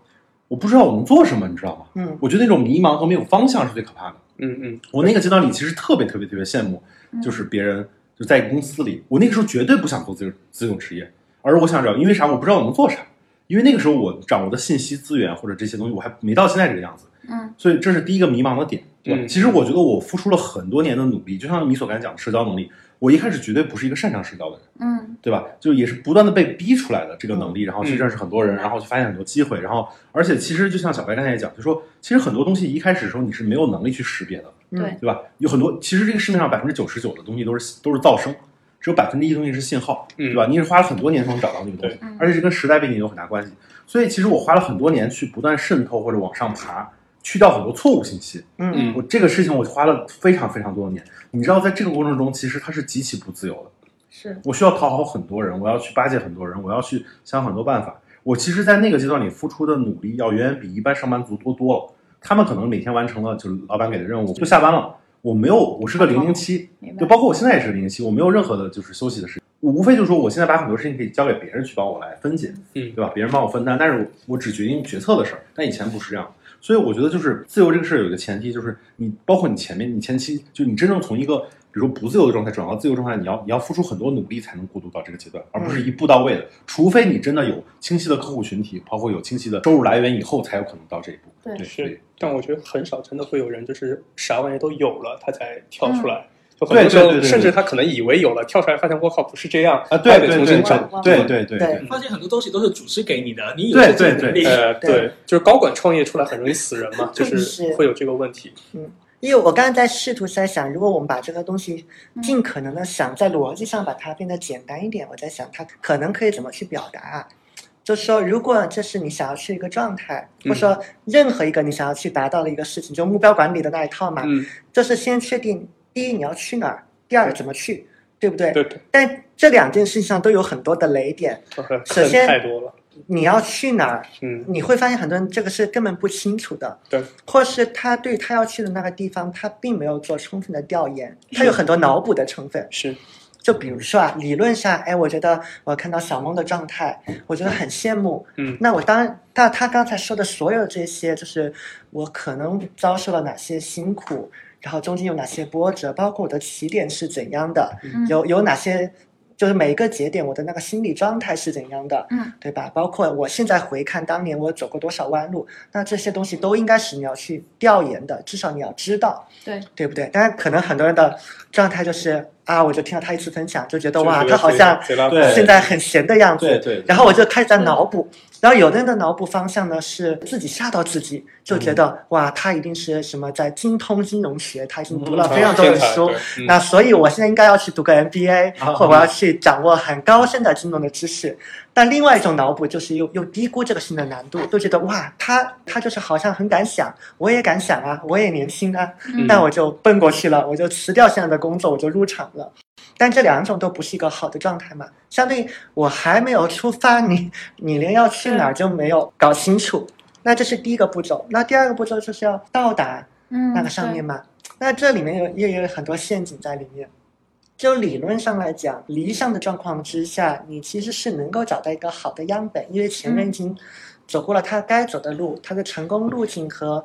我不知道我能做什么，你知道吗？
嗯
我觉得那种迷茫和没有方向是最可怕的。
嗯嗯，
我那个阶段里其实特别特别特别羡慕，就是别人就在一个公司里，我那个时候绝对不想做自由自由职业，而我想找，因为啥？我不知道我能做啥，因为那个时候我掌握的信息资源或者这些东西，我还没到现在这个样子。
嗯
所以这是第一个迷茫的点。对吧
嗯
其实我觉得我付出了很多年的努力，就像你所刚才讲的社交能力，我一开始绝对不是一个擅长社交的人，
嗯
对吧？就也是不断的被逼出来的这个能
嗯
力，然后去认识很多人，然后去发现很多机会，然后而且其实就像小白刚才也讲，就说其实很多东西一开始的时候你是没有能力去识别的，
对
对吧？有很多其实这个市面上百分之九十九的东西都是都是噪声。只有百分之一东西是信号，
嗯
对吧？你是花了很多年才能找到那个东西
对，
嗯
而且这跟时代背景有很大关系。所以其实我花了很多年去不断渗透或者往上爬，去掉很多错误信息。
嗯
我这个事情我花了非常非常多的年，你知道，在这个过程中，其实它是极其不自由的。
是
我需要讨好很多人，我要去巴结很多人，我要去想很多办法。我其实，在那个阶段里付出的努力，要远远比一般上班族多多了。他们可能每天完成了就是老板给的任务就下班了，我没有，我是个零零七，
明
就
白，
包括我现在也是零零七，我没有任何的就是休息的时间，我无非就是说我现在把很多事情可以交给别人去帮我来分解，
嗯
对吧？别人帮我分担，但是我我只决定决策的事儿，但以前不是这样。所以我觉得就是自由这个事儿有一个前提，就是你包括你前面你前期就你真正从一个比如说不自由的状态转到自由状态，你要你要付出很多努力才能过渡到这个阶段，而不是一步到位的，除非你真的有清晰的客户群体，包括有清晰的收入来源以后，才有可能到这一步。
对
所以
是，但我觉得很少真的会有人就是啥玩意都有了，他才跳
嗯
出来。就很
对
多时候
对对对对
甚至他可能以为有了，跳出来发现我靠不是这样
啊，对
还得
对
重
对
新
找
整。
到
对对对对
对
发现很多东西都是组织给你的，你以为是自己的能力，
呃，
对
对，就是高管创业出来很容易死 人嘛，就是是会有这个问题。
因为我刚刚在试图在想，如果我们把这个东西尽可能的想在逻辑上把它变得简单一点，我在想它可能可以怎么去表达啊？就说如果这是你想要去一个状态，或者说任何一个你想要去达到的一个事情，就目标管理的那一套嘛，
嗯，
就是先确定第一你要去哪儿，第二怎么去，对不对？
对对，
但这两件事情上都有很多的雷点，首
坑
先
太多了，
你要去哪儿，
嗯，
你会发现很多人这个是根本不清楚的，
对，
或是他对他要去的那个地方，他并没有做充分的调研，他有很多脑补的成分。
是，
就比如说啊，理论上，哎，我觉得我看到小梦的状态，我觉得很羡慕。
嗯
那我当然，那他刚才说的所有这些，就是我可能遭受了哪些辛苦，然后中间有哪些波折，包括我的起点是怎样的，
嗯
有有哪些，就是每一个节点我的那个心理状态是怎样的，
嗯，
对吧？包括我现在回看当年我走过多少弯路，那这些东西都应该是你要去调研的，至少你要知道，
对，
对不对？但是可能很多人的状态就是啊，我就听到他一次分享，就觉得哇，
就是
他好像
贼拉
对
现在很闲的样子，
对对对
然后我就开始在脑补，然后有的人的脑补方向呢是自己吓到自己，就觉得、哇，他一定是什么在精通金融学，他已经读了非常多的书，
对嗯
那所以我现在应该要去读个 MBA，、
啊
或者我要去掌握很高深的金融的知识。但另外一种脑补就是又又低估这个事情的难度，都觉得哇，他他就是好像很敢想，我也敢想啊，我也年轻啊，
嗯
那我就奔过去了，我就辞掉现在的工作，我就入场了。但这两种都不是一个好的状态嘛，相对于我还没有出发，你 你连要去哪儿就没有搞清楚，那这是第一个步骤。那第二个步骤就是要到达
嗯，
那个上面嘛。那这里面有也有很多陷阱在里面。就理论上来讲，理想的状况之下，你其实是能够找到一个好的样本，因为前面已经走过了他该走的路，他的成功路径和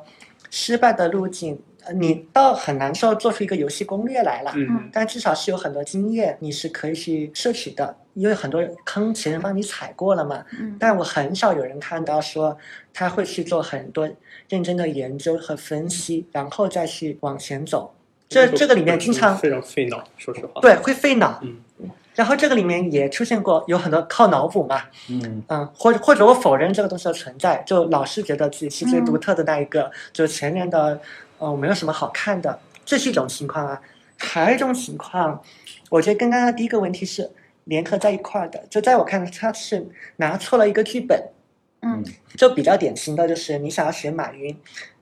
失败的路径，呃你倒很难说做出一个游戏攻略来了。
嗯
但至少是有很多经验，你是可以去摄取的，因为很多坑前人帮你踩过了嘛。
对，嗯，
但我很少有人看到说他会去做很多认真的研究和分析，然后再去往前走。这这个里面经常
嗯非常费脑，说实话，
对会费脑，
嗯
然后这个里面也出现过有很多靠脑补嘛，
嗯，
嗯，或者或者我否认这个东西的存在，就老是觉得自己是最独特的那一个，就前面的呃没有什么好看的，这是一种情况啊。还有一种情况，我觉得跟刚刚第一个问题是联合在一块儿的，就在我看来，他是拿错了一个剧本，
嗯，
就比较典型的就是你想要学马云，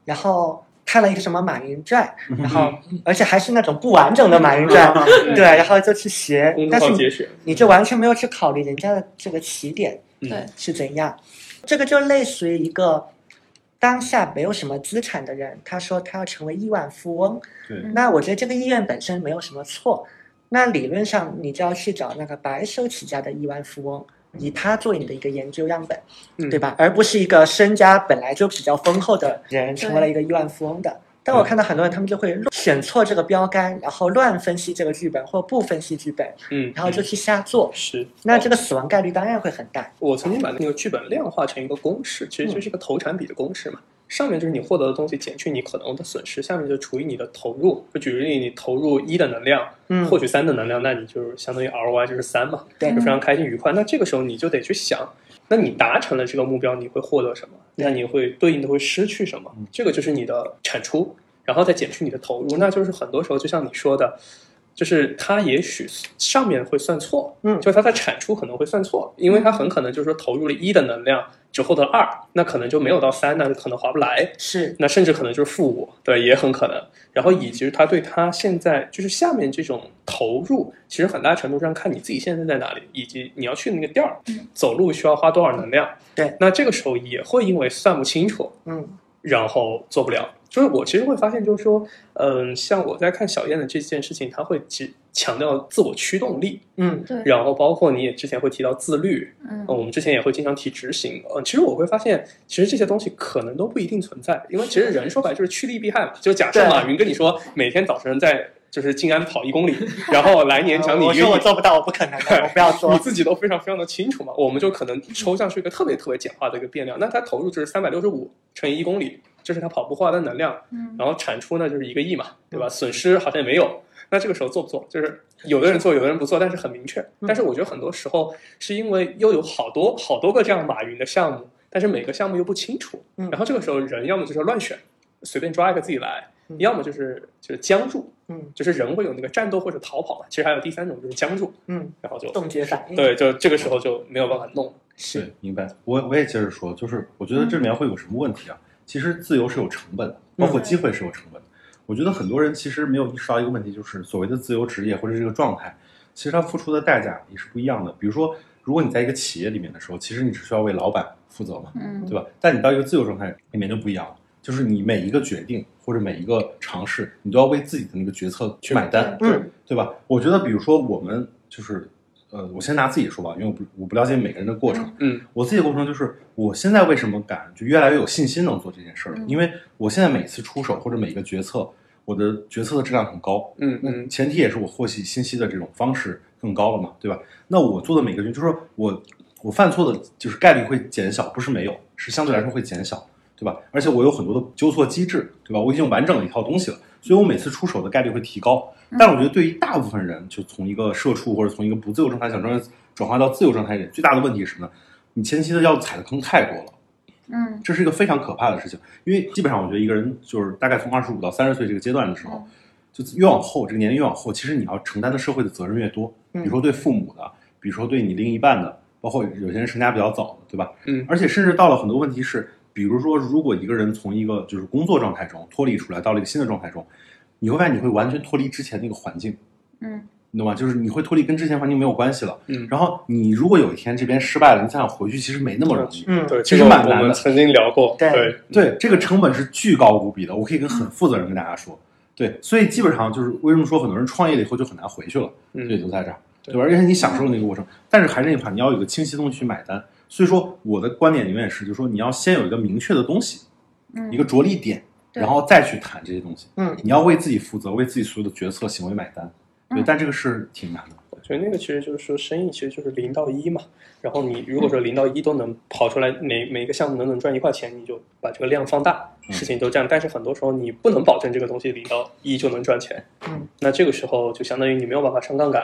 然后看了一个什么《马云传》，然后
嗯
而且还是那种不完整的《马云 传》，
嗯
对，
啊
然后就去学
公，众
但是
号
你
节选，
你就完全没有去考虑人家的这个起点
嗯
对，
是怎样，这个就类似于一个当下没有什么资产的人，他说他要成为亿万富翁，
对，
嗯
那我觉得这个意愿本身没有什么错。那理论上，你就要去找那个白手起家的亿万富翁，以他做你的一个研究样本，
嗯
对吧？而不是一个身家本来就比较丰厚的人成为了一个亿万富翁的。但我看到很多人，他们就会选错这个标杆，然后乱分析这个剧本或不分析剧本，
嗯，
然后就去瞎做。
是，哦
那这个死亡概率当然会很大。
我曾经把那个剧本量化成一个公式，其实就是一个投产比的公式嘛。上面就是你获得的东西减去你可能的损失，下面就除以你的投入。就举个例，你投入一的能量，
嗯，
获取三的能量，那你就是相当于 ROI 就是三嘛，
对
就非常开心愉快。那这个时候你就得去想，那你达成了这个目标，你会获得什么？
对
那你会对应的会失去什么？这个就是你的产出，然后再减去你的投入。那就是很多时候，就像你说的，就是它也许上面会算错，
嗯
就是它的产出可能会算错，因为它很可能就是说投入了一的能量，只获得了二，那可能就没有到三，那可能划不来。
是，
那甚至可能就是负五，对，也很可能。然后以及他对他现在就是下面这种投入，其实很大程度上看你自己现在在哪里，以及你要去的那个地儿
嗯，
走路需要花多少能量。
对，
那这个时候也会因为算不清楚，
嗯
然后做不了。就是我其实会发现，就是说，嗯，像我在看小燕的这件事情，他会其强调自我驱动力，
嗯
对，
然后包括你也之前会提到自律，
嗯
呃，
哦
我们之前也会经常提执行。呃，其实我会发现，其实这些东西可能都不一定存在，因为其实人说白了就是趋利避害嘛。就假设
对
马云跟你说每天早晨在就是静安跑一公里，然后来年讲你
我
愿
说我
意。
做不到，我不可能的，我不要
你
做。
自己都非常非常的清楚嘛，我们就可能抽象出一个特别特别简化的一个变量，那它投入就是三百六十五乘以一公里，这是它跑步花的能量，
嗯
然后产出呢就是一个亿嘛，对
嗯
吧？损失好像也没有。那这个时候做不做，就是有的人做，有的人不做，但是很明确。
嗯
但是我觉得很多时候是因为又有好多好多个这样马云的项目，但是每个项目又不清楚，
嗯
然后这个时候人要么就是乱选，随便抓一个自己来，
嗯
要么就是就是僵住，
嗯
就是人会有那个战斗或者逃跑嘛。其实还有第三种就是僵住，
嗯，
然后就
冻结反应。
对，就这个时候就没有办法弄。
是
对，明白。我我也接着说，就是我觉得这里面会有什么问题啊？其实自由是有成本的，包括机会是有成本的。我觉得很多人其实没有意识到一个问题，就是所谓的自由职业或者这个状态，其实它付出的代价也是不一样的。比如说，如果你在一个企业里面的时候，其实你只需要为老板负责嘛，
嗯，
对吧？但你到一个自由状态里面就不一样了，就是你每一个决定或者每一个尝试，你都要为自己的那个决策去买单，
对
嗯
对吧？我觉得，比如说我们就是，呃，我先拿自己说吧，因为我不我不了解每个人的过程。
嗯，
我自己的过程就是，我现在为什么敢就越来越有信心能做这件事儿了？
嗯
因为我现在每次出手或者每个决策，我的决策的质量很高。
嗯
那
嗯
前提也是我获悉信息的这种方式更高了嘛，对吧？那我做的每个决定，就是说我我犯错的就是概率会减小，不是没有，是相对来说会减小，对吧？而且我有很多的纠错机制，对吧？我已经完整了一套东西了，所以我每次出手的概率会提高。
嗯
但我觉得对于大部分人，就从一个社畜或者从一个不自由状态想转转化到自由状态里，最大的问题是什么呢？你前期的要踩的坑太多了。
嗯
这是一个非常可怕的事情，因为基本上我觉得一个人就是大概从二十五到三十岁这个阶段的时候，就越往后这个年龄越往后，其实你要承担的社会的责任越多，比
嗯
如说对父母的，比如说对你另一半的，包括有些人成家比较早的，对吧？
嗯
而且甚至到了很多问题是，比如说如果一个人从一个就是工作状态中脱离出来，到了一个新的状态中，你会发现你会完全脱离之前那个环境，
嗯
你懂吗？就是你会脱离跟之前环境没有关系了。
嗯，
然后你如果有一天这边失败了，你再想回去，其实没那么容易。
嗯，
对，
其
这
实
个
蛮
我
难的
们曾经聊过，
对
对，
嗯
对，这个成本是巨高无比的，我可以跟很负责任跟大家说。对，所以基本上就是为什么说很多人创业了以后就很难回去了，
嗯
这就在这儿，
对
对吧？而且你享受那个过程，但是还是那句话，你要有一个清晰的东西去买单。所以说，我的观点永远是，就是说你要先有一个明确的东西，
嗯，
一个着力点，
对
然后再去谈这些东西。
嗯，
你要为自己负责，为自己所有的决策行为买单。对，
嗯
但这个是挺难的。
我觉得那个其实就是说，生意其实就是零到一嘛。然后你如果说零到一都能跑出来，每每一个项目能能赚一块钱，你就把这个量放大，
嗯
事情都这样。但是很多时候你不能保证这个东西零到一就能赚钱，
嗯，
那这个时候就相当于你没有办法上杠杆，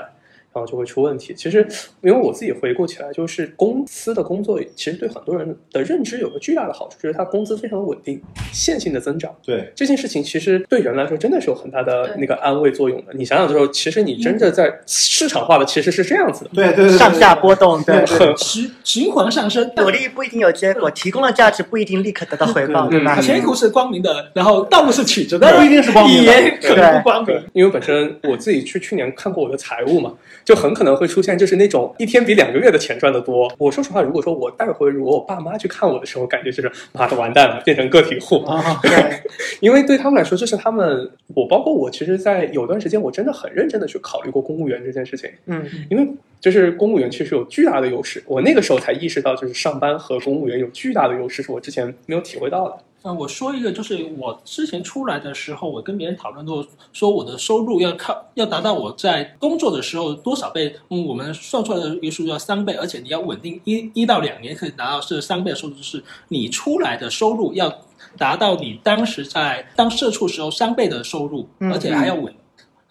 然后就会出问题。其实因为我自己回顾起来，就是公司的工作其实对很多人的认知有个巨大的好处，就是它工资非常的稳定，线性的增长。
对，
这件事情其实对人来说真的是有很大的
对
那个安慰作用的。你想想的时候，其实你真的在市场化的其实是这样子的，
对对
上下波动，对，
很
循循环上升，
努力不一定有结果，提供的价值不一定立刻得到回报，
对
对吧？
前途是光明的，然后道路是曲折的，
不一定是光明的
也可能不光明。
因为本身我自己去去年看过我的财务嘛，就很可能会出现就是那种一天比两个月的钱赚得多。我说实话，如果说我待会如果我爸妈去看我的时候，感觉就是妈的完蛋了，变成个体户。
啊，
对，
因为对他们来说，这是他们我包括我，其实，在有段时间我真的很认真的去考虑过公务员这件事情。
嗯，
因为就是公务员确实有巨大的优势，我那个时候才意识到，就是上班和公务员有巨大的优势，是我之前没有体会到的。
嗯，我说一个，就是我之前出来的时候，我跟别人讨论过，说我的收入要靠要达到我在工作的时候多少倍，嗯，我们算出来的一个数叫三倍，而且你要稳定一一到两年可以达到是三倍的收入，就是你出来的收入要达到你当时在当社畜时候三倍的收入，
嗯
而且还要稳。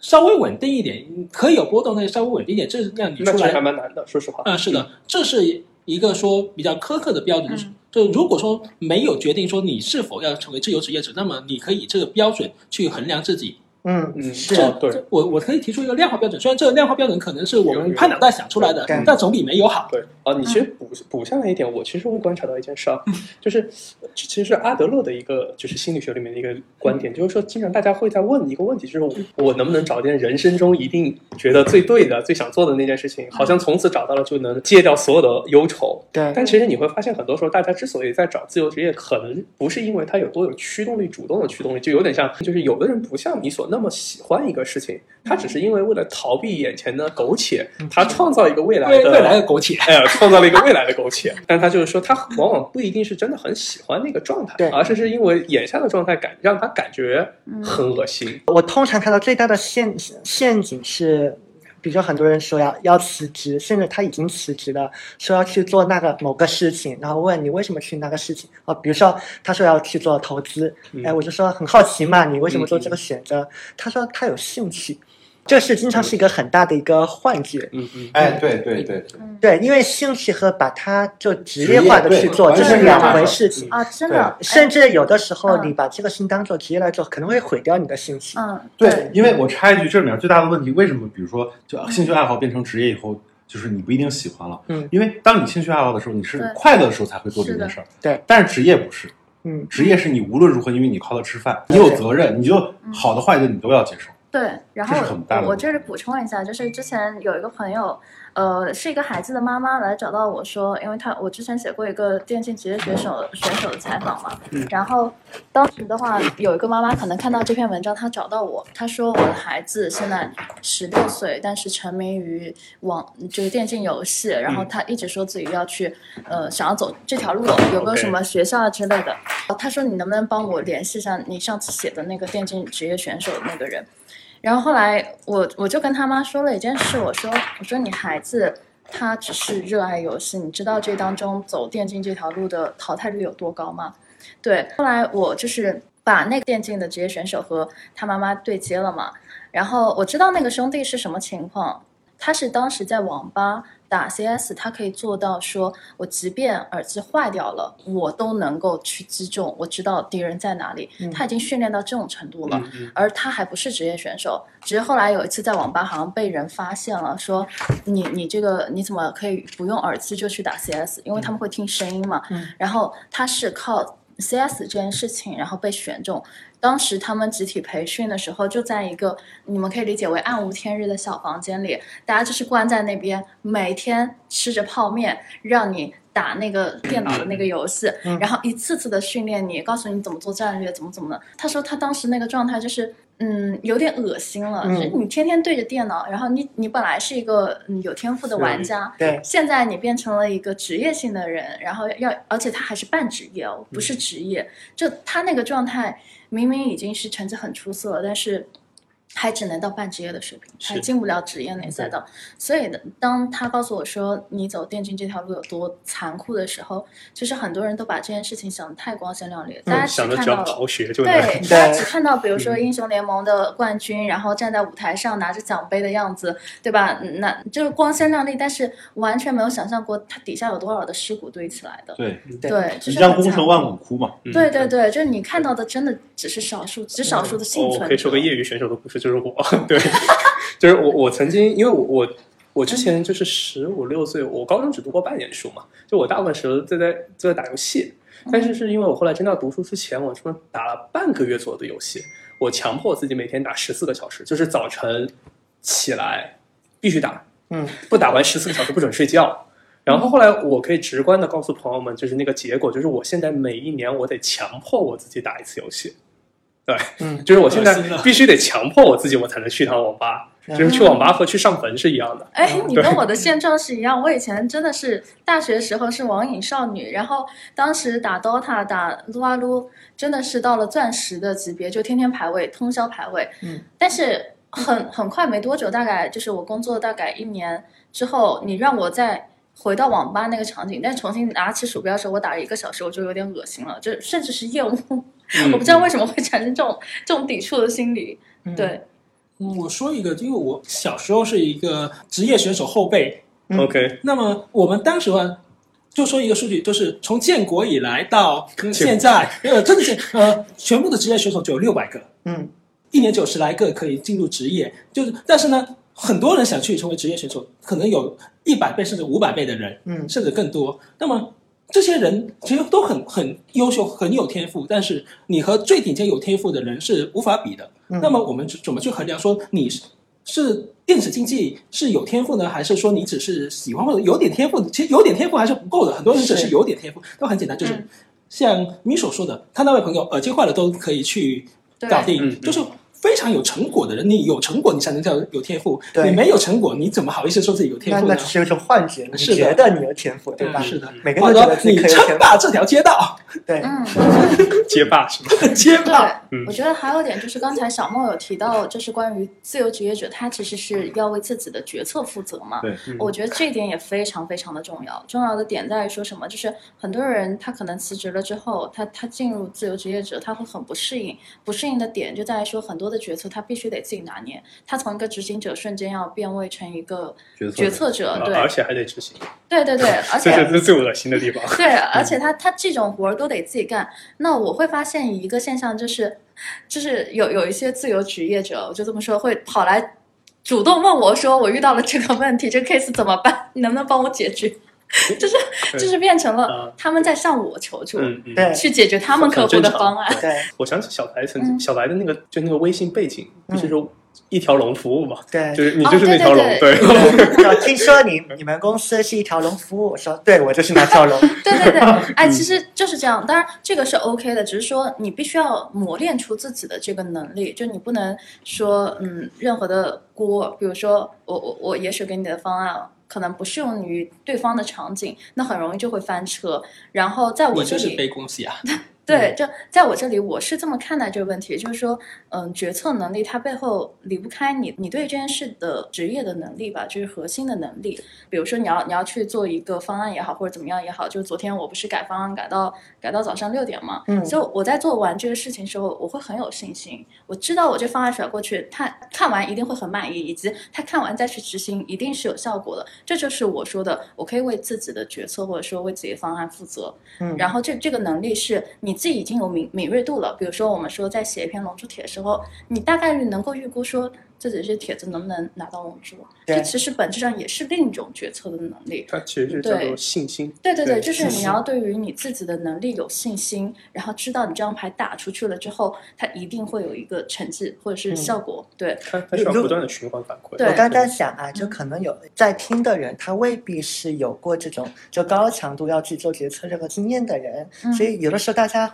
稍微稳定一点，可以有波动，但是稍微稳定一点，这让你
那
出
这
来
还蛮难的，说实话。
嗯，是的，这是一个说比较苛刻的标准，就是、
嗯
就如果说没有决定说你是否要成为自由职业者，那么你可以以这个标准去衡量自己。
嗯，
嗯，
是
哦对，
这我我可以提出一个量化标准，虽然这个量化标准可能是我
有
们
有
拍脑袋想出来的
对，
但总比没有好。
对啊，你其
嗯
实补补下来一点，我其实会观察到一件事儿，啊就是其其实是阿德勒的一个就是心理学里面的一个观点，就是说经常大家会在问一个问题，就是我我能不能找一件人生中一定觉得最对的、最想做的那件事情，好像从此找到了就能戒掉所有的忧愁。
对，
但其实你会发现，很多时候大家之所以在找自由职业，可能不是因为他有多有驱动力、主动的驱动力，就有点像，就是有的人不像米索那么喜欢一个事情，他只是因为为了逃避眼前的苟且，
嗯
他创造一个未来
未
的
未来的苟且，
哎呀，创造了一个未来的苟且。但他就是说，他往往不一定是真的很喜欢那个状态
对，
而是是因为眼下的状态感让他感觉
嗯
很恶心。
我通常看到最大的陷陷阱是，比如说很多人说要要辞职，甚至他已经辞职了，说要去做那个某个事情，然后问你为什么去那个事情哦，比如说他说要去做投资，
嗯
哎，我就说很好奇嘛，你为什么做这个选
嗯
择？他说他有兴趣，这是经常是一个很大的一个幻觉。
嗯嗯，
哎，对对对，
嗯
对，因为兴趣和把它就职
职
业
业
化的
对
去做，
完
这
全
是
是
两
两
回
码
事
事
情。
啊，真的，
嗯
哎
甚至有的时候，
嗯
你把这个事情当做职业来做，可能会毁掉你的兴趣。
嗯，
对，因为我插一句，这里面最大的问题，为什么比如说就兴趣爱好变成职业以后，就是你不一定喜欢了，
嗯
因为当你兴趣爱好的时候，你是
对
快乐的时候才会做这件事儿，
对，
但是职业不是，
嗯，
职业是你无论如何，因为你靠它吃饭，你有责任，你就好的坏的你都要接受，
对，然后
这是很大的
我我
问题
这里补充一下，就是之前有一个朋友，呃，是一个孩子的妈妈来找到我说，因为他我之前写过一个电竞职业选手选手的采访嘛，然后当时的话，有一个妈妈可能看到这篇文章，她找到我，她说我的孩子现在十六岁，但是沉迷于网就是电竞游戏，然后她一直说自己要去，呃，想要走这条路，有没有
OK
什么学校啊之类的？她说你能不能帮我联系上你上次写的那个电竞职业选手的那个人？然后后来我我就跟他妈说了一件事，我说我说你孩子他只是热爱游戏，你知道这当中走电竞这条路的淘汰率有多高吗？对，后来我就是把那个电竞的职业选手和他妈妈对接了嘛，然后我知道那个兄弟是什么情况，他是当时在网吧打 CS，他可以做到说，我即便耳机坏掉了，我都能够去击中，我知道敌人在哪里，他已经训练到这种程度
嗯
了，而他还不是职业选手，只是后来有一次在网吧好像被人发现了，说你你这个你怎么可以不用耳机就去打 CS？因为他们会听声音嘛，然后他是靠 CS 这件事情，然后被选中。当时他们集体培训的时候，就在一个你们可以理解为暗无天日的小房间里，大家就是关在那边，每天吃着泡面，让你打那个电脑的那个游戏，
嗯
然后一次次的训练你，告诉你怎么做战略，怎么怎么的。他说他当时那个状态就是。嗯，有点恶心了。
嗯
就是你天天对着电脑，然后你你本来是一个嗯有天赋的玩家，
对，
现在你变成了一个职业性的人，然后要，而且他还是半职业
嗯
哦，不是职业。就他那个状态，明明已经是成绩很出色了，但是还只能到半职业的水平，
是
还进不了职业那赛道。所以呢，当他告诉我说你走电竞这条路有多残酷的时候，就是很多人都把这件事情想得太光鲜亮丽了，大家只
嗯想着
看
只
到
要
了
逃学就能
对，大家
对
只看到比如
嗯
说英雄联盟的冠军，然后站在舞台上拿着奖杯的样子，对吧？嗯那就是光鲜亮丽，但是完全没有想象过它底下有多少的尸骨堆起来的。
对，
对
对，就
一
是
将
很
功
残
成
酷
万骨枯嘛，
嗯
对对对，就是你看到的真的只是少数，极少数的幸存
嗯
者。
哦我可以说个业余选手的故事，就是我， 对，就是我，我曾经因为我我我之前就是十五六岁，我高中只读过半年书嘛，就我大部分时候都在都在打游戏，
嗯
但是是因为我后来真的要读书之前，我他妈打了半个月左右的游戏，我强迫自己每天打十四个小时，就是早晨起来必须打，
嗯，
不打完十四个小时不准睡觉。然后后来，我可以直观的告诉朋友们，就是那个结果，就是我现在每一年我得强迫我自己打一次游戏，对，
嗯
就是我现在
恶心了啊
必须得强迫我自己，我才能去一趟网吧，
嗯
就是去网吧和去上坟是一样的。
哎，你跟我的现状是一样。我以前真的是大学时候是网瘾少女，然后当时打 DOTA、打撸啊撸，真的是到了钻石的级别，就天天排位，通宵排位。
嗯，
但是很很快没多久，大概就是我工作大概一年之后，你让我再回到网吧那个场景，但重新拿起鼠标的时候，我打了一个小时，我就有点恶心了，就甚至是厌恶。
嗯
嗯
我不知道为什么会产生这种这种抵触的心理。对，
嗯我说一个，因为我小时候是一个职业选手后辈，
嗯
OK，
那么我们当时啊，就说一个数据，就是从建国以来到现在，呃，真的是呃，全部的职业选手只有六百个，
嗯，
一年九十来个可以进入职业，就是但是呢，很多人想去成为职业选手，可能有一百倍甚至五百倍的人，
嗯
甚至更多。那么这些人其实都很很优秀，很有天赋，但是你和最顶尖有天赋的人是无法比的。那么我们就怎么去衡量说你是是电子竞技是有天赋呢，还是说你只是喜欢或者有点天赋？其实有点天赋还是不够的，很多人只是
是
有点天赋，都很简单，就是。
嗯
像米所说的，他那位朋友耳机坏了都可以去搞定，
嗯嗯
就是非常有成果的人，你有成果你才能叫有天赋，
对
你没有成果你怎么好意思说自己有天
那
赋
那
呢？
只是一种幻觉，你
是的
觉得你有天赋，对吧？
嗯是的，
每个
或
人都觉
者说
得自己
你
可以有
称
天赋，
霸这条街道，
对，
嗯。
街霸是吧？
街霸。
对，我觉得还有一点就是刚才小梦有提到，就是关于自由职业者，他其实是要为自己的决策负责嘛。
对，
我觉得这一点也非常非常的重要。重要的点在于说什么？就是很多人他可能辞职了之后，他他进入自由职业者，他会很不适应。不适应的点就在于说，很多的决策他必须得自己拿捏。他从一个执行者瞬间要变位成一个
决策
决
者
策者，
啊而
对
且还得执行，
对对对，而
这
且
是这是最恶心的地方。
对，而且他他这种活儿都得自己干。那我会发现一个现象，就是就是有有一些自由职业者，我就这么说，会跑来主动问我说我遇到了这个问题，这 case 怎么办？ 你能不能帮我解决？就是就是变成了
啊
他们在向我求助，
嗯嗯，
对
去解决他们客户的方案。
对
我想起小白曾
嗯
经，小白的那个就那个微信背景，不
嗯
是说一条龙服务嘛，
对
就是你
哦
就是
对
那条龙，
对
对，
我听说你你们公司是一条龙服务，我说对，我就是那条 龙。
对对对，哎，
嗯
其实就是这样。当然，这个是 OK 的，只是说你必须要磨练出自己的这个能力，就你不能说嗯任何的锅，比如说我我我也许给你的方案可能不适用于对方的场景，那很容易就会翻车。然后在我
你
这
这是
里，
背锅戏啊！
对，就在我这里，我是这么看待这个问题，就是说，嗯，决策能力它背后离不开你你对这件事的职业的能力吧，就是核心的能力。比如说你要你要去做一个方案也好，或者怎么样也好，就是昨天我不是改方案改到改到早上六点嘛，
嗯
所以我在做完这个事情的时候，我会很有信心，我知道我这方案甩过去，他看完一定会很满意，以及他看完再去执行一定是有效果的。这就是我说的，我可以为自己的决策或者说为自己的方案负责。
嗯，
然后这这个能力是你自己已经有敏敏锐度了。比如说，我们说在写一篇龙珠帖的时候，你大概率能够预估说自己这帖子能不能拿到龙珠。
对
这其实本质上也是另一种决策的能力。
它其实是叫做
对
信心。
对对对，
对
就是
是
你
是
要对于你自己的能力有信心，然后知道你这张牌打出去了之后，它一定会有一个成绩或者是
嗯
效果。对，
它它需要
如
不断的循环反馈。
对
我刚刚想啊，就可能有在听的人，他未必是有过这种就高强度要去做决策这个经验的人，
嗯
所以有的时候大家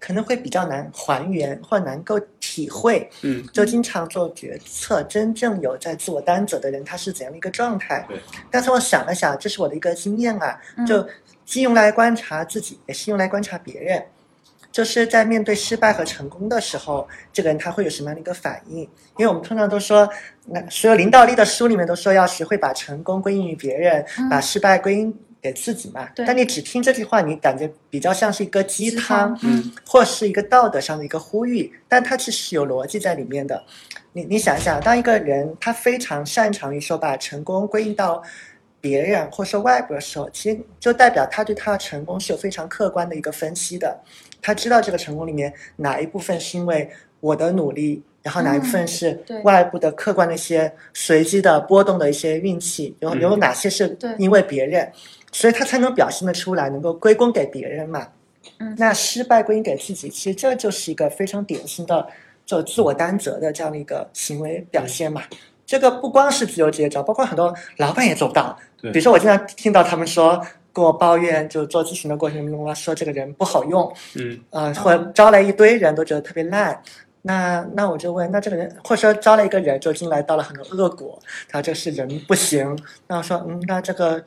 可能会比较难还原或难够体会，
嗯，
就经常做决策，真正有在自我担责的人，他是怎样的一个状态
对？
但是我想了想，这是我的一个经验啊，
嗯
就既用来观察自己，也是用来观察别人。就是在面对失败和成功的时候，这个人他会有什么样的一个反应？因为我们通常都说，那所有领导力的书里面都说要学会把成功归因于别人，
嗯
把失败归因给自己嘛。
对
但你只听这句话，你感觉比较像是一个鸡汤，
嗯
或是一个道德上的一个呼吁，但它其实是有逻辑在里面的。你你想一想，当一个人他非常擅长于说把成功归因到别人或说外部的时候，其实就代表他对他的成功是有非常客观的一个分析的。他知道这个成功里面哪一部分是因为我的努力，然后哪一部分是
嗯对
外部的客观的一些随机的波动的一些运气，有
嗯
有哪些是
对
因为别人，所以他才能表现得出来，能够归功给别人嘛。
嗯
那失败归因给自己，其实这就是一个非常典型的就自我担责的这样的一个行为表现嘛。这个不光是自由职业者，包括很多老板也做不到。
对
比如说我经常听到他们说跟我抱怨，就做咨询的过程中啊说这个人不好用，
嗯，
呃，或者招来一堆人都觉得特别烂。那那我就问，那这个人或者说招来一个人就进来到了很多恶果，他这是人不行。那我说，嗯，那这个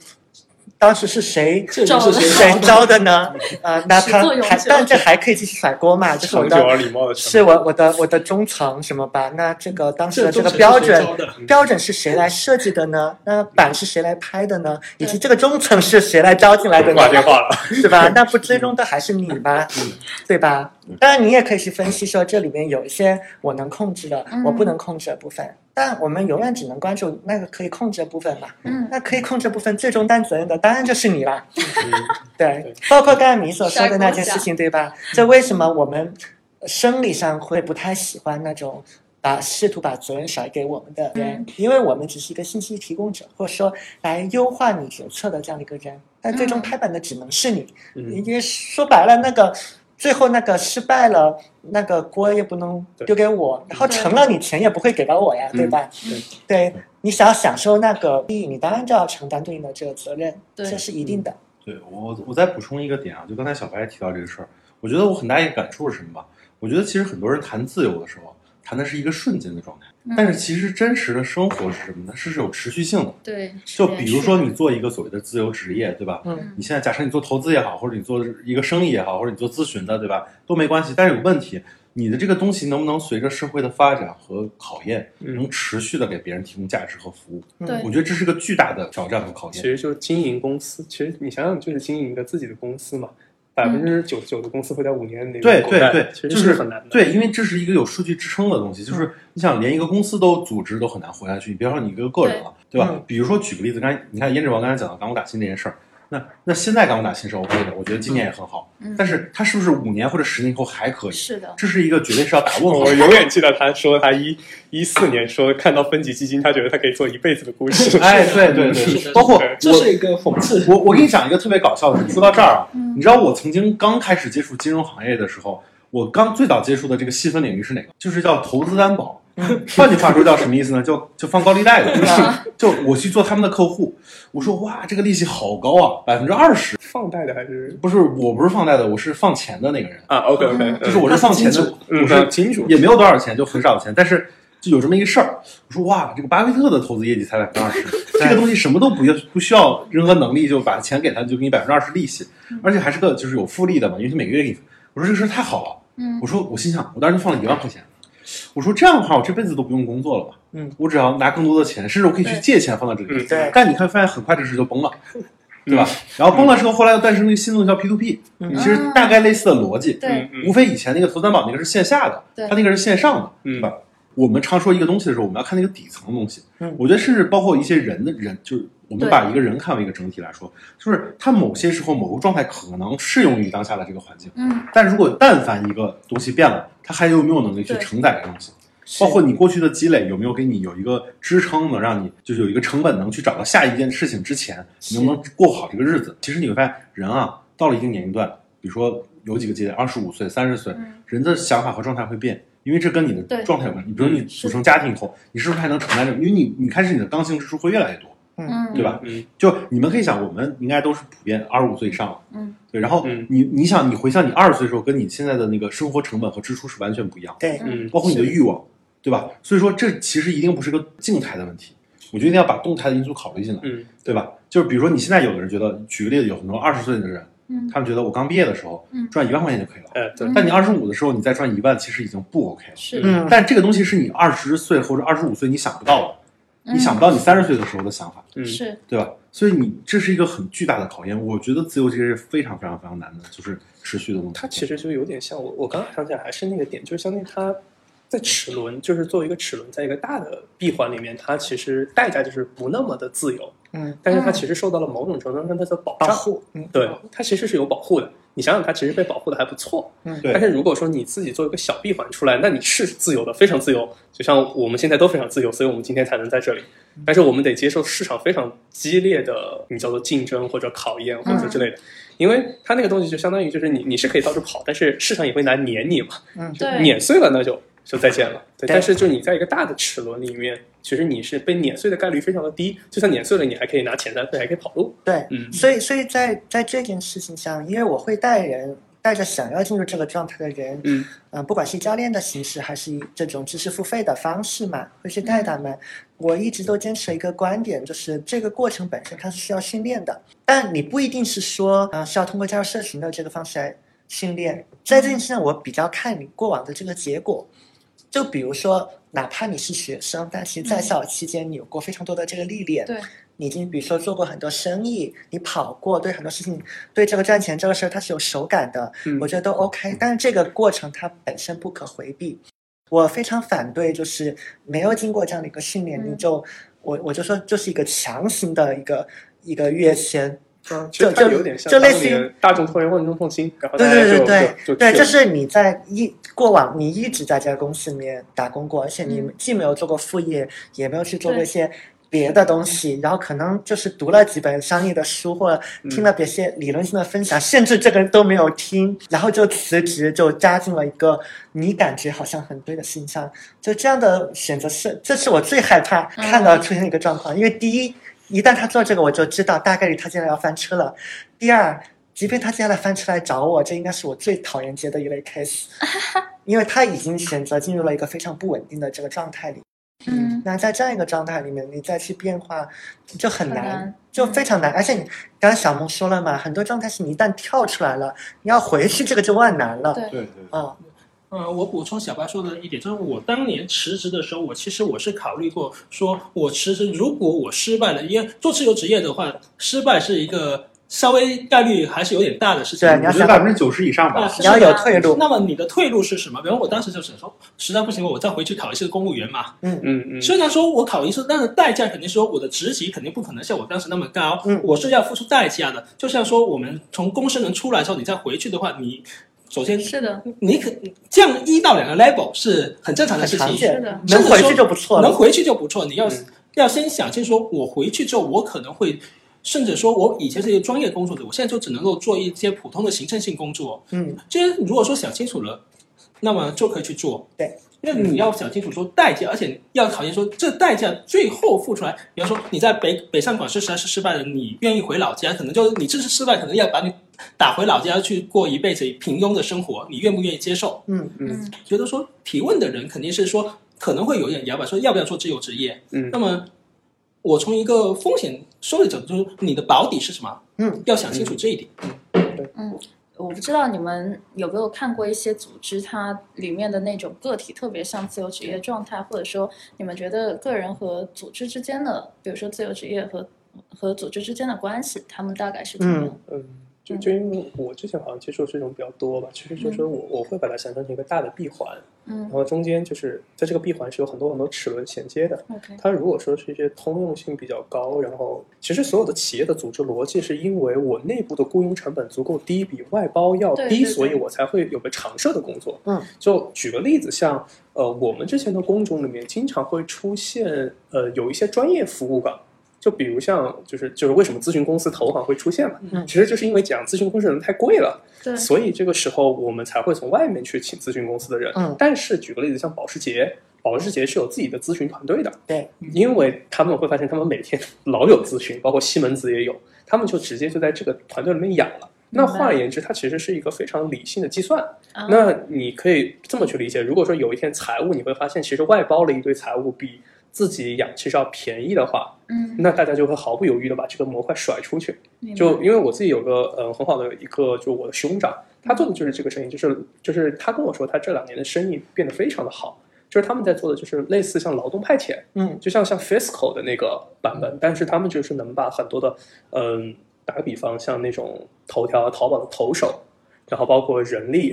当时是谁
这就
找
是谁
谁招的呢？呃，那他
始作俑者
还但这还可以继续甩锅嘛？就是我
长久而
的
礼貌的
是
成
我我的我的中层什么吧？那这个当时的这
这
个
都
标
是谁
准
招的
标准是谁来设计的呢？那板是谁来拍的呢？以
对
及这个中层是谁来招进来的
果挂？
呢
电话 了。
是吧？那不最终的还是你吧，对吧？当然，你也可以去分析说这里面有一些我能控制的
嗯，
我不能控制的部分。但我们永远只能关注那个可以控制的部分嘛。
嗯，
那可以控制部分最终担责任的当然就是你啦。
嗯
对
对，
包括刚才你所说的那件事情，对吧？这为什么我们生理上会不太喜欢那种把试图把责任甩给我们的人？因为我们只是一个信息提供者，或者说来优化你决策的这样的一个人，但最终
嗯
拍板的只能是你。
嗯，
因为说白了，那个最后那个失败了，那个锅也不能丢给我，然后成了你钱也不会给到我呀，
嗯
对吧？
对
对，你想要享受那个利益，你当然就要承担对应的这个责任，
对
这是一定的。
嗯
对我，我再补充一个点啊，就刚才小白提到这个事儿，我觉得我很大一个感触是什么吧？我觉得其实很多人谈自由的时候，谈的是一个瞬间的状态，
嗯
但是其实真实的生活是什么呢？是是有持续性的。
对，
就比如说你做一个所谓的自由职业，对吧？
嗯
你现在假设你做投资也好，或者你做一个生意也好，或者你做咨询的，对吧？都没关系。但是有问题，你的这个东西能不能随着社会的发展和考验，
嗯
能持续的给别人提供价值和服务？
对
我觉得这是个巨大的挑战和考
其
验。
实就是经营公司，其实你想想，就是经营一个自己的公司嘛，百
嗯
分之九十九的公司会在五年内
对
滚
对
蛋
对，
其实
就是
很难的。
对，因为这是一个有数据支撑的东西，就是你想连一个公司都组织都很难活下去，你别说你一个个人了，对吧
嗯？
比如说举个例子，刚才你看胭脂王刚才讲到港股打新这件事儿，那那现在刚打新是 OK 的，我觉得今年也很
嗯
好。但是他是不是五年或者十年以后还可以？
是的，
这是一个绝对是要打
哦
问号
我
的。
永远记得他说他一一四年说看到分级基金，他觉得他可以做一辈子的故事。
哎，对对
是
对，
的
包括
对
这是一个讽刺。
我我跟你讲一个特别搞笑的事。说到这儿啊，
嗯
你知道我曾经刚开始接触金融行业的时候，我刚最早接触的这个细分领域是哪个？就是叫投资担保。换句话说，叫什么意思呢？就就放高利贷的，就是就我去做他们的客户，我说哇，这个利息好高啊，百分之二十。
放贷的还是
不是，我不是放贷的，我是放钱的那个人，
啊？OK OK，
就是我是放钱
金
的
主，
我
嗯，
是
那金主
也没有多少钱，就很少钱，但是就有这么一个事儿。我说哇，这个巴菲特的投资业绩才百分之二十，这个东西什么都不要，不需要任何能力，就把钱给他，就给你百分之二十利息，而且还是个就是有复利的 E 嘛，因为他每个月给你。我说这个事儿太好了，
嗯
我说我心想，我当时就放了一万块钱，我说这样的话，我这辈子都不用工作了吧？
嗯，
我只要拿更多的钱，甚至我可以去
对
借钱放到这里
嗯。
对
但你看，发现很快这事就崩了。对吧？然后崩了之后，后来又诞生了一个新东西叫 P to P，
嗯
其实大概类似的逻辑。
啊对，
嗯
无非以前那个投担保那个是线下的，
对
它那个是线上的，
嗯
对吧？我们常说一个东西的时候，我们要看那个底层的东西。
嗯
我觉得甚至包括一些人的人，就是我们
对
把一个人看为一个整体来说，就是他某些时候某个状态可能适用于当下的这个环境，
嗯
但如果但凡一个东西变了，它还有没有能力去
对
承载这个东西？包括你过去的积累有没有给你有一个支撑，能让你就是有一个成本，能去找到下一件事情之前，你能不能过好这个日子？其实你会发现，人啊，到了一定年龄段，比如说有几个阶段，二十五岁、三十岁，
嗯
人的想法和状态会变，因为这跟你的
对嗯
状态有关。你比如你组成家庭以后，你是不是还能承担这个？因为你你开始你的刚性之处会越来越多，
嗯，
对吧？
嗯
就你们可以想，我们应该都是普遍二十五岁以上了，
嗯，
对。然后
嗯
你你想，你回想你二十岁的时候，跟你现在的那个生活成本和支出是完全不一样的。
对，
嗯
包括你的欲望，对吧？所以说这其实一定不是个静态的问题，我觉得一定要把动态的因素考虑进来，
嗯
对吧？就是比如说你现在有的人觉得，举个例子，有很多二十岁的人，
嗯
他们觉得我刚毕业的时候
嗯
赚一万块钱就可以了，
哎对
嗯
但你二十五的时候你再赚一万，其实已经不 OK 了。
是，
嗯
嗯
但这个东西是你二十岁或者二十五岁你想不到的，你想不到你三十岁的时候的想法，
嗯
是，
对吧？所以你这是一个很巨大的考验，我觉得自由职业是非常非常非常难的，就是持续的东西。
它其实就有点像我，我刚刚想起来还是那个点，就是相当于它在齿轮，就是作为一个齿轮，在一个大的闭环里面，它其实代价就是不那么的自由，
嗯，
但是它其实受到了某种程度上它的保障，
保护，嗯，
对，它其实是有保护的。你想想，它其实被保护的还不错，
对
但是如果说你自己做一个小闭环出来，那你是自由的，非常自由。就像我们现在都非常自由，所以我们今天才能在这里。
嗯
但是我们得接受市场非常激烈的，你叫做竞争或者考验或
嗯
者之类的，因为它那个东西就相当于就是你你是可以到处跑，但是市场也会来碾你嘛，
嗯
就
对
碾碎了那就就再见了。对，
对
但是就你在一个大的齿轮里面，其实你是被碾碎的概率非常的低，就算碾碎了，你还可以拿遣散费，还可以跑路。
对，
嗯
所以所以在在这件事情上，因为我会带人。带着想要进入这个状态的人，
嗯
嗯，不管是教练的形式，还是以这种知识付费的方式嘛，会去带他
嗯
们。我一直都坚持一个观点，就是这个过程本身它是需要训练的，但你不一定是说，啊、是要通过加入社群的这个方式来训练。在这件事上，我比较看你过往的这个结果。就比如说，哪怕你是学生，但其实在校期间你有过非常多的这个历练，
对，
你已经比如说做过很多生意，你跑过，对很多事情，对这个赚钱这个事儿它是有手感的，
嗯
我觉得都 OK。但是这个过程它本身不可回避，我非常反对，就是没有经过这样的一个训练，
嗯
你就我我就说就是一个强行的一个一个跃迁，
嗯，其
就
实它
就
有点像
就类
当
似于
年大众创业万众创新，然后大
对
家
对
就
对
就
对对，
去
这
了
是你在一过往你一直在这家公司里面打工过，而且你
嗯
既没有做过副业，也没有去做过
对
一些别的东西，然后可能就是读了几本商业的书，或者听了别些理论性的分享，甚至这个都没有听，然后就辞职，就扎进了一个你感觉好像很对的事情上，就这样的选择是，这是我最害怕看到出现一个状况，因为第一。一旦他做这个，我就知道大概率他将来要翻车了。第二，即便他接下来翻车来找我，这应该是我最讨厌接的一类 case，因为他已经选择进入了一个非常不稳定的这个状态里。
嗯
那在这样一个状态里面，你再去变化就很难，
很难嗯
就非常难。而且你刚才小萌说了嘛，很多状态是你一旦跳出来了，你要回去这个就万难了。
对
对对对
嗯，
呃，我补充小八说的一点，就是我当年辞职的时候，我其实我是考虑过，说我辞职，如果我失败了，因为做自由职业的话，失败是一个稍微概率还是有点大的事情。
对你要
我觉
想
得百分之九十以上吧
啊。
你要有退路。
那么你的退路是什么？比方我当时就想说，实在不行我再回去考一次公务员嘛。
嗯嗯，
虽然说我考一次，但是代价肯定说我的职级肯定不可能像我当时那么高，
嗯
我是要付出代价的。就像说我们从公司能出来之后，你再回去的话，你首先
是的，
你可降一到两个 level 是很正常的事
很常
情
见，
是的，
能回去就不错
能
了。
回去就不错。你要、
嗯
要先想清楚，我回去之后我可能会。甚至说，我以前是一个专业工作者，我现在就只能够做一些普通的行政性工作。
嗯，
就是如果说想清楚了，那么就可以去做。
对，
因为你要想清楚说代价，而且要考验说这代价最后付出来。比方说你在北北上广是实在是失败了，你愿意回老家，可能就是你这次失败，可能要把你打回老家去过一辈子平庸的生活，你愿不愿意接受？
嗯，
觉得说提问的人肯定是说可能会有点摇摆，说要不要做自由职业？
嗯
那么我从一个风险收益角度，就是你的保底是什么？
嗯，
要想清楚这一点。
我不知道你们有没有看过一些组织，它里面的那种个体特别像自由职业状态，或者说你们觉得个人和组织之间的，比如说自由职业和和组织之间的关系，他们大概是怎么样？
嗯，就就因为我之前好像接触这种比较多吧，其实就是说我我会把它想象成一个大的闭环，然
嗯
后中间就是在这个闭环是有很多很多齿轮衔接的。
o k
它如果说是一些通用性比较高，然后其实所有的企业的组织逻辑是因为我内部的雇佣成本足够低，比外包要
对对
低，
对
所以我才会有个常设的工作。
嗯，
就举个例子，像呃我们之前的工种里面经常会出现呃有一些专业服务岗。就比如像，就是就是为什么咨询公司投行会出现嘛？
嗯
其实就是因为讲咨询公司的人太贵了，
对
所以这个时候我们才会从外面去请咨询公司的人。
嗯
但是举个例子，像保时捷，保时捷是有自己的咨询团队的，
对，
因为他们会发现他们每天老有咨询，包括西门子也有，他们就直接就在这个团队里面养了。那
明白
换而言之，它其实是一个非常理性的计算。
啊
那你可以这么去理解：如果说有一天财务，你会发现其实外包了一堆财务比自己养其实要便宜的话，
嗯，
那大家就会毫不犹豫的把这个模块甩出去。
明白
就因为我自己有个呃很好的一个，就我的兄长，他做的就是这个生意，就是就是他跟我说，他这两年的生意变得非常的好，就是他们在做的就是类似像劳动派遣，
嗯
就像像 Fiscal 的那个版本，但是他们就是能把很多的，嗯，打个比方，像那种头条、啊淘宝的投手，然后包括人力，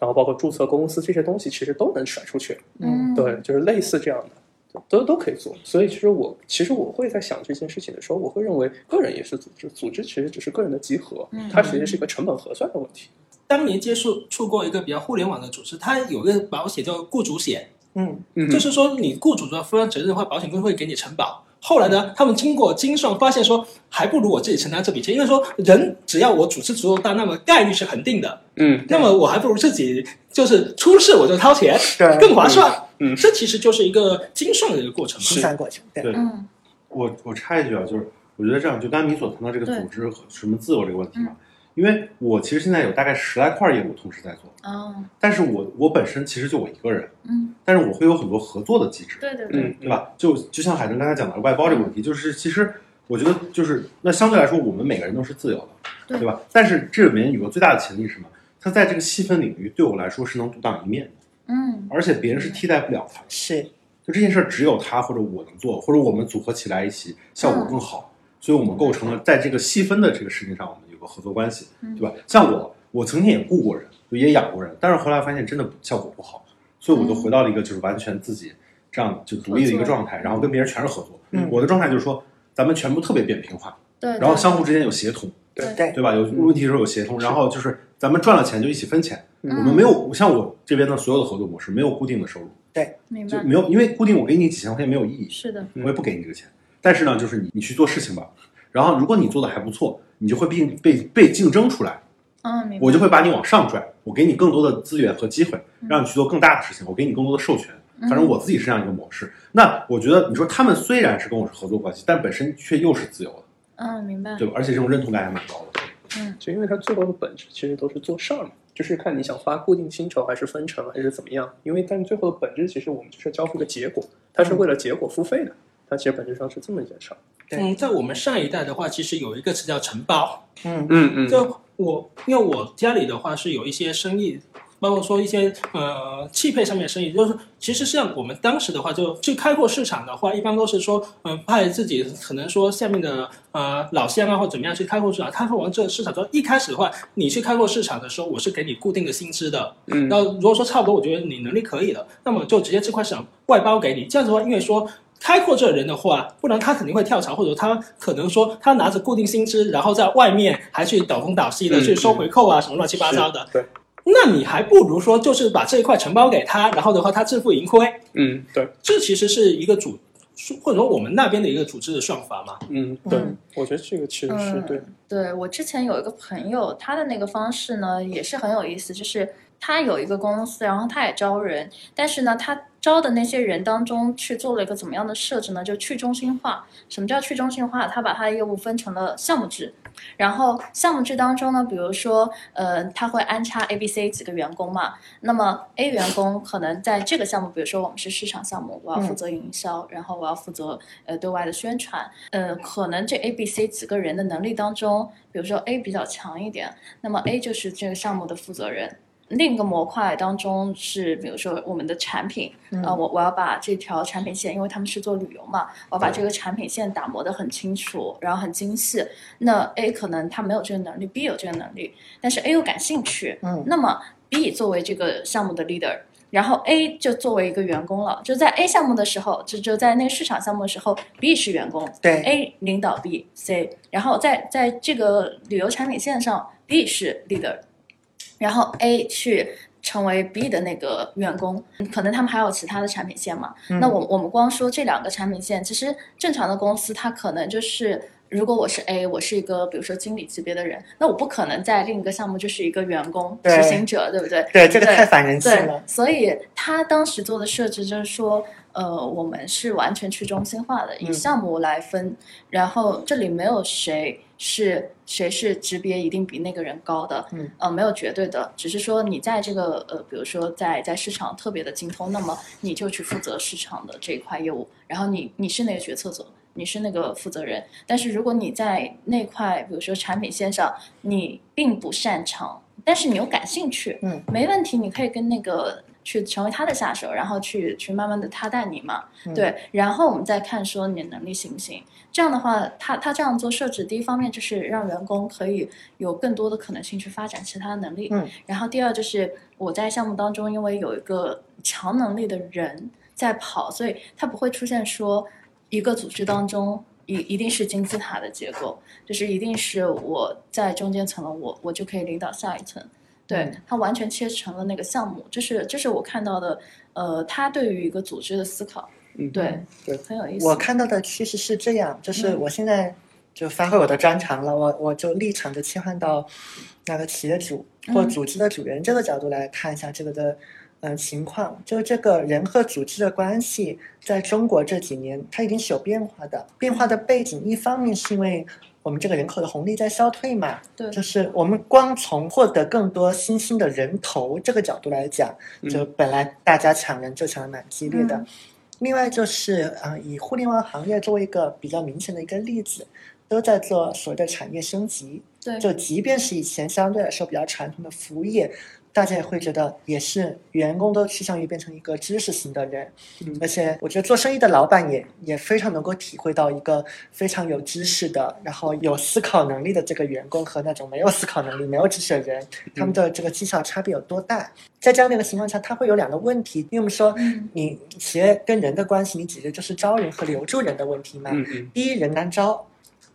然后包括注册公司这些东西，其实都能甩出去。
嗯
对，就是类似这样的，都都可以做。所以其实我其实我会在想这件事情的时候，我会认为个人也是组织，组织其实只是个人的集合
嗯，
它其实是一个成本核算的问题。
当年接触触过一个比较互联网的组织，它有一个保险叫雇主险，
嗯
嗯
就是说你雇主的负担责任的话，保险公司会给你承保。后来呢，他们经过精算发现说，还不如我自己承担这笔钱，因为说人只要我组织足够大，那么概率是恒定的，
嗯
那么我还不如自己就是出事我就掏钱，
对
更划算。
啊嗯嗯
这其实就是一个精算的一个过程嘛。
计算过程，对，
对
嗯
我我插一句啊，就是我觉得这样，就刚刚你所谈到这个
对嗯
组织和什么自由这个问题嘛，因为我其实现在有大概十来块业务同时在做，
啊
但是我我本身其实就我一个人，
嗯，
但是我会有很多合作的机制，
对对对，
嗯，
对吧？就就像海城刚才讲的外包这个问题，就是其实我觉得就是那相对来说，我们每个人都是自由的，
对
对吧？但是这里面有个最大的前提是什么？它在这个细分领域对我来说是能独当一面的，
嗯
而且别人是替代不了它的。
是
就这件事儿只有他或者我能做，或者我们组合起来一起效果
嗯
更好，所以我们构成了在这个细分的这个事情上，我们有个合作关系，
嗯
对吧？像我，我曾经也雇过人，就也养过人，但是后来发现真的效果不好，所以我就
嗯
回到了一个就是完全自己这样就独立的一个状态，然后跟别人全是合作。
嗯
我的状态就是说，咱们全部特别扁平化，
对，对嗯
然后相互之间有协同，
对
对
对吧？有问题的时候有协同，然后就是咱们赚了钱就一起分钱。
嗯
我们没有像我这边的所有的合作模式，没有固定的收入。
明
就
白
没有，因为固定我给你几千块钱没有意义，
是的，
嗯
我也不给你这个钱。但是呢，就是你你去做事情吧，然后如果你做的还不错，你就会被被被竞争出来，
嗯明白，
我就会把你往上拽，我给你更多的资源和机会，
嗯
让你去做更大的事情，我给你更多的授权。反正我自己是这样一个模式。那我觉得你说他们虽然是跟我是合作关系，但本身却又是自由的，
嗯明白，
对吧？而且这种认同感还蛮高的。
就因为它最后的本质其实都是做事儿嘛，就是看你想发固定薪酬还是分成还是怎么样。因为但最后的本质其实我们就是交付个结果，它是为了结果付费的，它其实本质上是这么一件事儿。
对
嗯，在我们上一代的话，其实有一个词叫承包，
嗯
嗯嗯
就我因为我家里的话是有一些生意包括说一些呃汽配上面的生意，就是其实像我们当时的话，就去开拓市场的话，一般都是说，嗯、派自己可能说下面的呃老乡啊或者怎么样去开拓市场，开拓完这个市场之后，一开始的话，你去开拓市场的时候，我是给你固定的薪资的，
嗯
那如果说差不多，我觉得你能力可以的，那么就直接这块市场外包给你。这样子的话，因为说开拓这人的话，不然他肯定会跳槽，或者他可能说他拿着固定薪资，然后在外面还去倒东倒西的、
嗯
去收回扣啊，什么乱七八糟的。
对，嗯
那你还不如说就是把这一块承包给他，然后的话他自负盈亏，
嗯，对，
这其实是一个组，或者说我们那边的一个组织的算法嘛。
嗯，对
嗯，
我觉得这个其实是对，
对我之前有一个朋友，他的那个方式呢也是很有意思，就是他有一个公司，然后他也招人，但是呢，他招的那些人当中去做了一个怎么样的设置呢？就去中心化。什么叫去中心化？他把他的业务分成了项目制，然后项目制当中呢，比如说，呃，他会安插 A、B、C 几个员工嘛，那么 A 员工可能在这个项目，比如说我们是市场项目，我要负责营销，然后我要负责呃对外的宣传，呃，可能这 A、B、C 几个人的能力当中，比如说 A 比较强一点，那么 A 就是这个项目的负责人。另一个模块当中是，比如说我们的产品，
嗯
啊，我我要把这条产品线，因为他们是做旅游嘛，我要把这个产品线打磨得很清楚，然后很精细。那 A 可能他没有这个能力，B 有这个能力，但是 A 又感兴趣，
嗯
那么 B 作为这个项目的 leader，然后 A 就作为一个员工了，就在 A 项目的时候，就就在那个市场项目的时候，B 是员工，
对，
A 领导 B、C，然后在在这个旅游产品线上，B 是 leader，然后 A 去成为 B 的那个员工，可能他们还有其他的产品线嘛。
嗯
那我我们光说这两个产品线，其实正常的公司它可能就是。如果我是 A，我是一个比如说经理级别的人，那我不可能在另一个项目就是一个员工、
对
执行者，对不对？
对，这个
对
太反人性
对
了，。
所以他当时做的设置就是说，呃，我们是完全去中心化的，以
嗯
项目来分，然后这里没有谁是谁是级别一定比那个人高的，
嗯，
呃，没有绝对的，只是说你在这个呃，比如说在在市场特别的精通，那么你就去负责市场的这一块业务，然后你你是那个决策者。你是那个负责人，但是如果你在那块，比如说产品线上，你并不擅长，但是你又感兴趣，没问题，你可以跟那个去成为他的下手，然后去去慢慢的他带你嘛，
嗯
对，然后我们再看说你的能力行不行。这样的话，他他这样做设置，第一方面就是让员工可以有更多的可能性去发展其他的能力，
嗯，
然后第二就是我在项目当中，因为有一个强能力的人在跑，所以它不会出现说一个组织当中。一一定是金字塔的结构，就是一定是我在中间层了，我我就可以领导下一层。对
嗯，
它完全切成了那个项目，这是这是我看到的，呃，他对于一个组织的思考，
嗯，
对，
对
很有意思。
我看到的其实是这样，就是
嗯
我现在就发挥我的专长了，我我就立场的切换到那个企业主或
嗯
组织的主人这个角度来看一下这个的嗯、呃情况，就这个人和组织的关系，在中国这几年它已经是有变化的，变化的背景一方面是因为我们这个人口的红利在消退嘛，
对，
就是我们光从获得更多新兴的人头这个角度来讲，
嗯
就本来大家抢人就抢的蛮激烈的。
嗯
另外就是，呃，以互联网行业作为一个比较明显的一个例子，都在做所谓的产业升级。
对，
就即便是以前相对来说比较传统的服务业，大家也会觉得也是员工都趋向于变成一个知识型的人，
嗯
而且我觉得做生意的老板也也非常能够体会到一个非常有知识的，然后有思考能力的这个员工和那种没有思考能力、没有知识的人，他们的这个绩效差别有多大。在这样的一个情况下，它会有两个问题，因为我们说
嗯
你企业跟人的关系，你解决就是招人和留住人的问题嘛。
嗯嗯
第一人难招，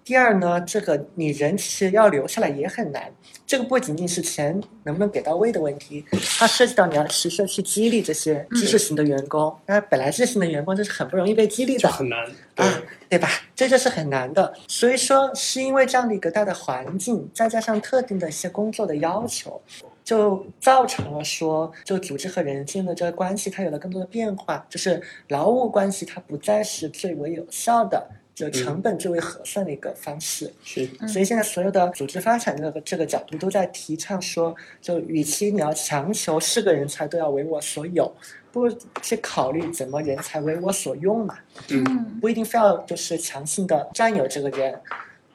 第二呢，这个你人其实要留下来也很难。这个不仅仅是钱能不能给到位的问题，它涉及到你要持续地去激励这些知识型的员工。那、本来知识型的员工就是很不容易被激励
就
的，
很难，对，
啊，对吧？这就是很难的。所以说，是因为这样的一个大的环境，再加上特定的一些工作的要求，就造成了说，就组织和人之间的这个关系，它有了更多的变化。就是劳务关系，它不再是最为有效的，就成本最为合算的一个方式。
是，
嗯
所以现在所有的组织发展这个这个角度都在提倡说，就与其你要强求是个人才都要为我所有，不如去考虑怎么人才为我所用嘛。
嗯
不一定非要就是强行的占有这个人。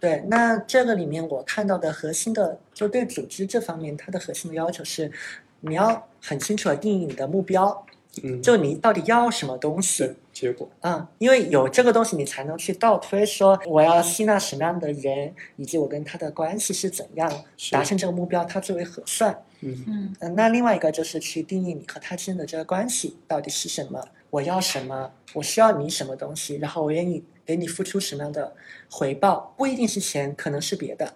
对，那这个里面我看到的核心的，就对组织这方面，它的核心的要求是，你要很清楚的定义你的目标，
嗯，
就你到底要什么东西。
结果，
嗯，因为有这个东西，你才能去倒推说我要吸纳什么样的人，以及我跟他的关系是怎样，
是
达成这个目标，它最为合算。
嗯
嗯
嗯，那另外一个就是去定义你和他之间的这个关系到底是什么，我要什么，我需要你什么东西，然后我愿意给你付出什么样的回报，不一定是钱，可能是别的。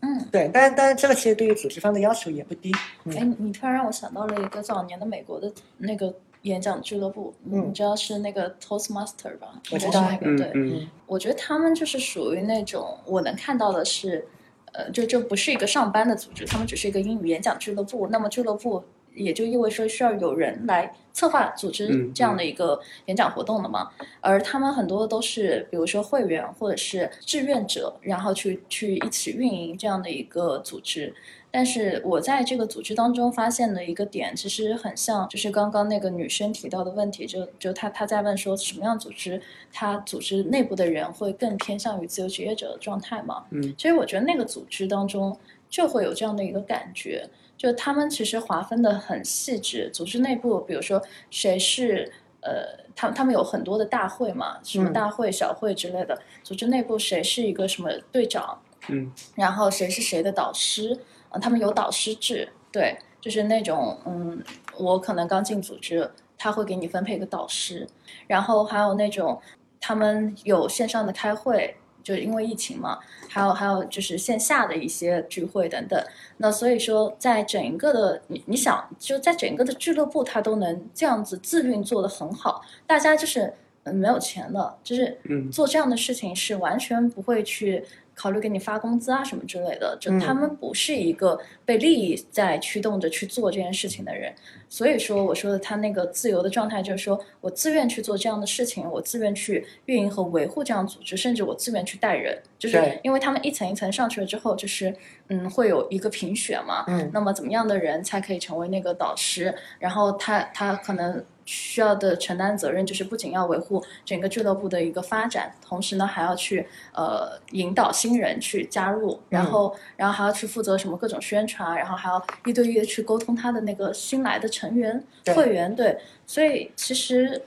嗯。
对，但但这个其实对于组织方的要求也不低。
哎，
嗯，
你你突然让我想到了一个早年的美国的那个演讲俱乐部，
嗯
你知道是那个 Toastmaster 吧？
我知
应该是
道
那个
嗯
对，
嗯
我觉得他们就是属于那种我能看到的是，呃，就就不是一个上班的组织，他们只是一个英语演讲俱乐部。那么俱乐部也就意味着说需要有人来策划组织
嗯
这样的一个演讲活动的嘛。而他们很多都是比如说会员或者是志愿者，然后去去一起运营这样的一个组织。但是我在这个组织当中发现的一个点，其实很像，就是刚刚那个女生提到的问题，就就她她在问说，什么样组织，她组织内部的人会更偏向于自由职业者的状态嘛？
嗯，
其实我觉得那个组织当中就会有这样的一个感觉，就他们其实划分的很细致，组织内部，比如说谁是。呃，他他们有很多的大会嘛，什么
嗯
大会、小会之类的。组织内部谁是一个什么队长，
嗯
然后谁是谁的导师，呃，他们有导师制，对，就是那种嗯，我可能刚进组织，他会给你分配一个导师，然后还有那种他们有线上的开会，就是因为疫情嘛，还有还有就是线下的一些聚会等等。那所以说，在整一个的你你想，就在整个的俱乐部，它都能这样子自运做得很好，大家就是。嗯，没有钱了，就是
嗯
做这样的事情是完全不会去考虑给你发工资啊什么之类的，就
嗯
他们不是一个被利益在驱动着去做这件事情的人，所以说我说的他那个自由的状态，就是说我自愿去做这样的事情，我自愿去运营和维护这样的组织，甚至我自愿去带人，就是
对
因为他们一层一层上去了之后，就是嗯会有一个评选嘛，
嗯
那么怎么样的人才可以成为那个导师？然后他他可能需要的承担责任就是不仅要维护整个俱乐部的一个发展，同时呢还要去呃引导新人去加入，然后、然后还要去负责什么各种宣传，啊然后还要一对一的去沟通他的那个新来的成员
对
会员对，所以其实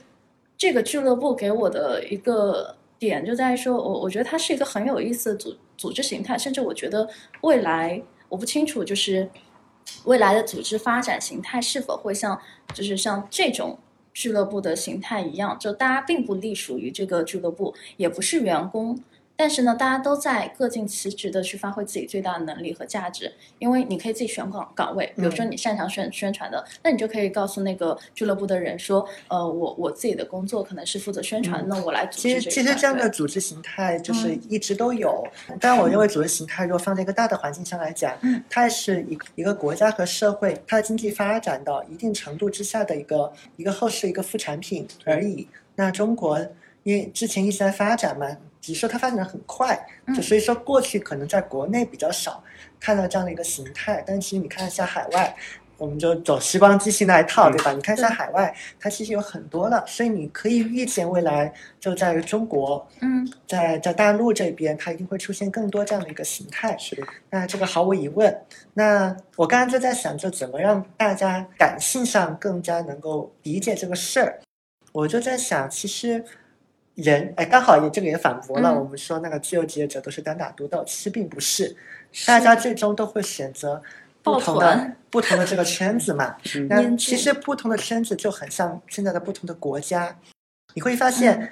这个俱乐部给我的一个点就在于说，我我觉得它是一个很有意思的组组织形态，甚至我觉得未来我不清楚就是未来的组织发展形态是否会像就是像这种。俱乐部的形态一样，就大家并不隶属于这个俱乐部，也不是员工，但是呢，大家都在各尽其职的去发挥自己最大的能力和价值。因为你可以自己选岗岗位，比如
嗯
说你擅长宣宣传的，那你就可以告诉那个俱乐部的人说，呃，我我自己的工作可能是负责宣传，
嗯
那我来组织
其实其
一
实
块
这样的
对
组织形态就是
嗯
一直都有，但我认为组织形态如果放在一个大的环境上来讲
嗯，
它是一个一个国家和社会它的经济发展到一定程度之下的一个一个后世一个副产品而已。那中国因为之前一直在发展嘛，只是说它发展的很快，
嗯
就所以说过去可能在国内比较少看到这样的一个形态，但其实你看一下海外。我们就走时光机器那一套，
嗯
对吧？你看一下海外，它其实有很多了，所以你可以预见未来就在于中国，
嗯
在在大陆这边，它一定会出现更多这样的一个形态。
是
那这个毫无疑问。那我刚刚就在想，就怎么让大家感性上更加能够理解这个事儿。我就在想，其实人，哎，刚好也这个也反驳了、
嗯
我们说那个自由职业者都是单打独斗，其实并不是，大家最终都会选择不
抱
同的
团
不同的这个圈子嘛。
嗯
那
粘
其
住
实不同的圈子就很像现在的不同的国家，你会发现。
嗯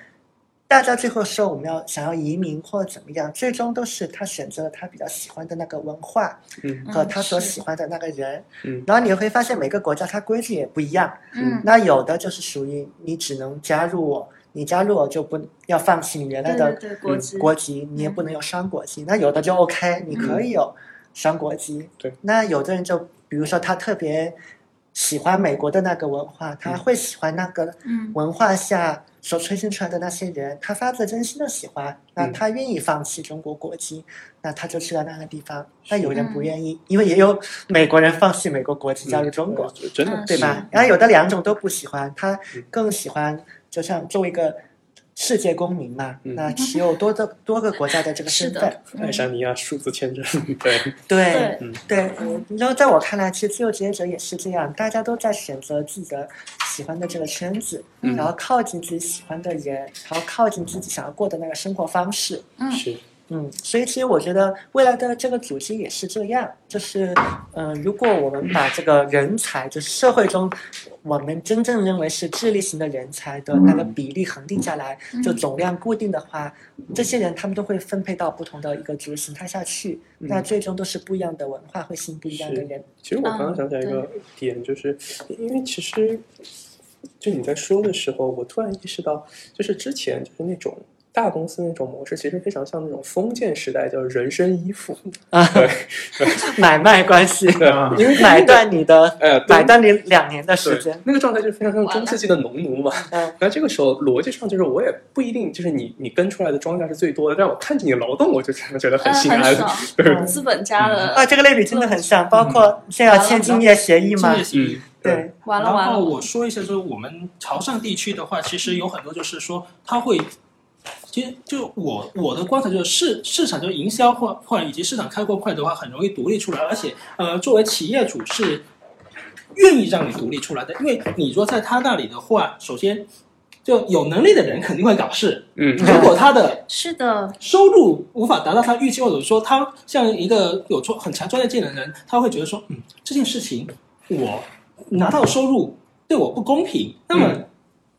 大家最后说我们要想要移民或者怎么样，最终都是他选择了他比较喜欢的那个文化
嗯
和
嗯
他所
是
喜欢的那个人。
嗯
然后你会发现每个国家它规矩也不一样，
嗯
那有的就是属于你只能加入我，你加入我就不要放弃你原来
对
的嗯
对对，国籍
国籍，你也不
嗯
能有双国籍。那有的就 OK，你可以有双国籍。
对
那有的人就比如说他特别喜欢美国的那个文化，
嗯
他会喜欢那个
嗯
文化下所催生出来的那些人，他发自真心的喜欢，那
嗯
他愿意放弃中国国籍，那他就去了那个地方。那有人不
嗯
愿意，因为也有美国人放弃美国国籍加入中国，
嗯真的
嗯
对吧？然后有的两种都不喜欢，他更喜欢，就像作为一个世界公民嘛，
嗯
那持有多个多个国家的这个
是
身
的
份，
爱沙尼亚数字签证，
嗯
对，
对
对
嗯
对，然后在我看来，其实自由职业者也是这样，大家都在选择自己的喜欢的这个圈子，
嗯
然后靠近自己喜欢的人，然后靠近自己想要过的那个生活方式。
嗯
是，
嗯，所以其实我觉得未来的这个组织也是这样，就是，呃，如果我们把这个人才，就是社会中我们真正认为是智力型的人才的那个
嗯
比例恒定下来，就总量固定的话，这些人他们都会分配到不同的一个组织形态下去，
嗯
那最终都是不一样的文化，会吸引不一样的人。
其实我刚
嗯
刚想起来一个点，就是因为其实就你在说的时候，我突然意识到，就是之前就是那种大公司那种模式，其实非常像那种封建时代叫人身依附，
啊，
对
买卖关系，
啊
对，因为
买断你的，
哎 对
买断你两年的时
对
间，
那个状态就非常像中世纪的农奴嘛。
嗯，
那这个时候逻辑上就是我也不一定就是你你跟出来的庄稼是最多的，但我看着你劳动，我就真的觉得很
嗯
心
很
安。
爽，
对，
嗯
资本家的
啊，这个类比真的很像，包括现在要签竞业协议嘛
这，也是
嗯，对，
对，
完了
然
完
后
了，
我说一下，就是我们潮汕地区的话，其实有很多就是说，它会，其实就我我的观察就是市市场就是营销或或者以及市场开拓快的话，很容易独立出来，而且呃，作为企业主是愿意让你独立出来的，因为你若在他那里的话，首先就有能力的人肯定会搞事，
嗯，
如果他的
是的，
收入无法达到他预期，或者说他像一个有专很强专业技能的人，他会觉得说，嗯，这件事情我拿到收入对我不公平。那么、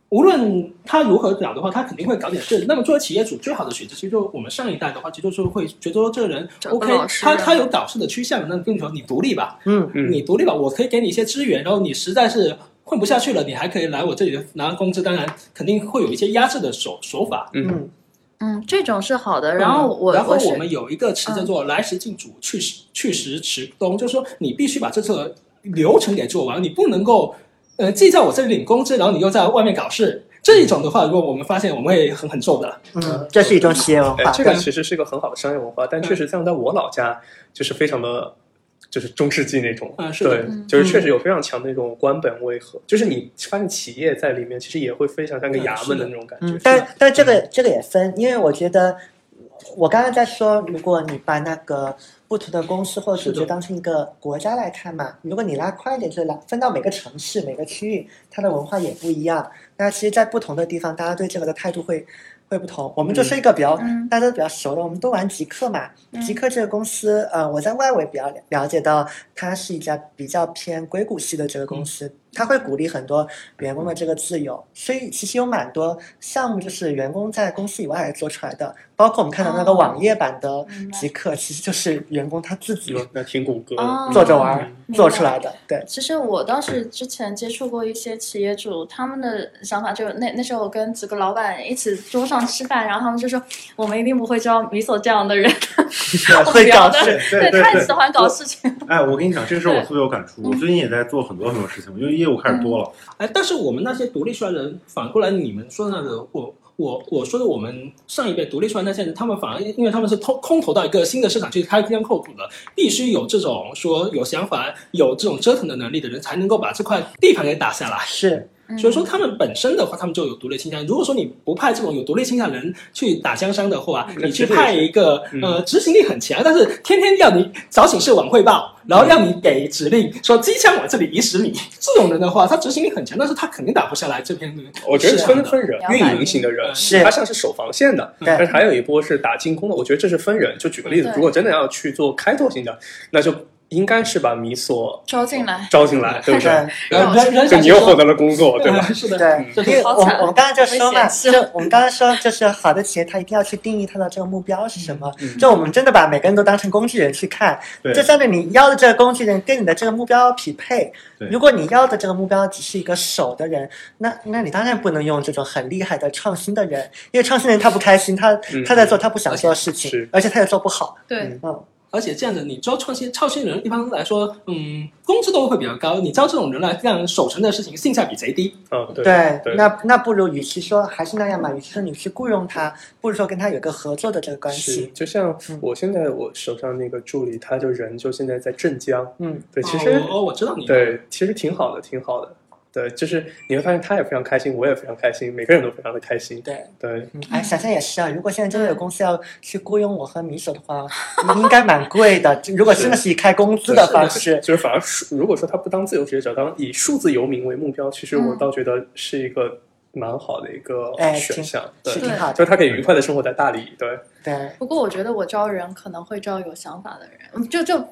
无论他如何搞的话，他肯定会搞点事。那么作为企业主最好的选择，其实就我们上一代的话，其实就是会觉得说这个人
找个
OK，
老师
他
啊
他有搞事的趋向，那跟你说你独立吧，
嗯，
嗯
你独立吧，我可以给你一些资源，然后你实在是混不下去了，你还可以来我这里拿工资。当然，肯定会有一些压制的手手法。
嗯，
嗯，这种是好的。然后我
然后
是嗯
我们有一个词叫做“来时进主，去时去时迟东”，就是说你必须把这个流程给做完，你不能够呃既在我这里领工资，然后你又在外面搞事。这一种的话，如果我们发现，我们会很很受的。
嗯，这是一种企业文
哎
化，，
这个
对，
其实是一个很好的商业文化，但确实像在我老家，就是非常的，就是中世纪那种，
嗯是的
对，就是确实有非常强的那种官本位和，就是你发现企业在里面，其实也会非常像个
嗯
衙
是
门的
的
那种感觉
嗯，，但但这个这个也分，因为我觉得我刚刚在说，如果你把那个不同的公司或组
是
织
的
当成一个国家来看嘛，如果你拉宽一点，就是拉分到每个城市、每个区域，它的文化也不一样。那其实，在不同的地方，大家对这个的态度会会不同。我们就是一个比较、
嗯
大家都比较熟的，我们都玩极客嘛。
嗯
极客这个公司，呃，我在外围比较了了解到，它是一家比较偏硅谷系的这个公
嗯
司，它会鼓励很多员工的这个自由，所以其实有蛮多项目就是员工在公司以外做出来的，包括我们看到那个
哦
网页版的
明白
极客，其实就是员工他自己
嗯那挺谷歌嗯
哦
的，
做着玩儿
明白
做出来的，对，
其实我当时之前接触过一些企业主，他们的想法就是那那时候我跟几个老板一起桌上吃饭，然后他们就说我们一定不会招米索这样的人，
会搞
我
事，
对对
太
对
喜欢搞事情。
哎，我跟你讲，这事儿我特别有感
嗯
触。我最近也在做很多很多事情，因为业务开始多了。
哎，但是我们那些独立出来的人，反过来你们说的那个，我我我说的我们上一辈独立出来那些人，他们反而因为他们是空空投到一个新的市场去开疆拓土的，必须有这种说有想法、有这种折腾的能力的人，才能够把这块地盘给打下来。
是，
嗯
嗯
所以说他们本身的话，他们就有独立倾向。如果说你不派这种有独立倾向的人去打江山的话，
嗯
你去
这个
派
也是
一个
嗯
呃执行力很强，但是天天要你早醒事晚汇报，然后让你给指令说机枪往这里移十米，这种人的话，他执行力很强，但是他肯定打不下来这片地。
我觉得
是啊
分
的
分人
两，百
运营型的人，
是
他像是守防线的，
对嗯
但是还有一波是打进攻的。我觉得这是分人。就举个例子
对，
如果真的要去做开拓型的，那就应该是把米索
招进来，
招进来，对不对？
对
然后人人
就
想
你又
说
获得了工作，对吧？嗯
是的，
对。
这
因
是
为
好
我
啊
惨
我们刚刚就说嘛，
危险
就是我们刚刚说，就是好的企业，它一定要去定义它的这个目标是什么。
嗯
就我们真的把每个人都当成工具人去看，
对
这上面你要的这个工具人跟你的这个目标匹配
对。
如果你要的这个目标只是一个手的人，那那你当然不能用这种很厉害的创新的人，因为创新人他不开心，他
嗯
他在做他不想做的事情
是，
而且他也做不好。
对，
嗯，
而且这样子，你招创新创新人一般来说，嗯，工资都会比较高。你招这种人来让守成的事情，性价比贼低。
嗯，对
对
对，
那那不如与其说还是那样嘛，与其说你去雇佣他，不如说跟他有个合作的这个关
是
系。
就像
嗯
我现在我手上那个助理，他就人就现在在镇江，
嗯，
对，其实
哦，我我知道你
对，其实挺好的，挺好的。对，就是你会发现他也非常开心，我也非常开心，每个人都非常的开心。
对，
对，
嗯哎，想象也是啊，如果现在真的有公司要去雇佣我和米索的话，应该蛮贵的。 如果真的是以开工资的方式，
就是反而数如果说他不当自由职业者，当以数字游民为目标，其实我
嗯
倒觉得是一个蛮好的一个
哎
选
挺
项。对
是，挺好
就是
的。
他可以愉快的生活在大理。对，
对，
不过我觉得我招人可能会招有想法的人，嗯就就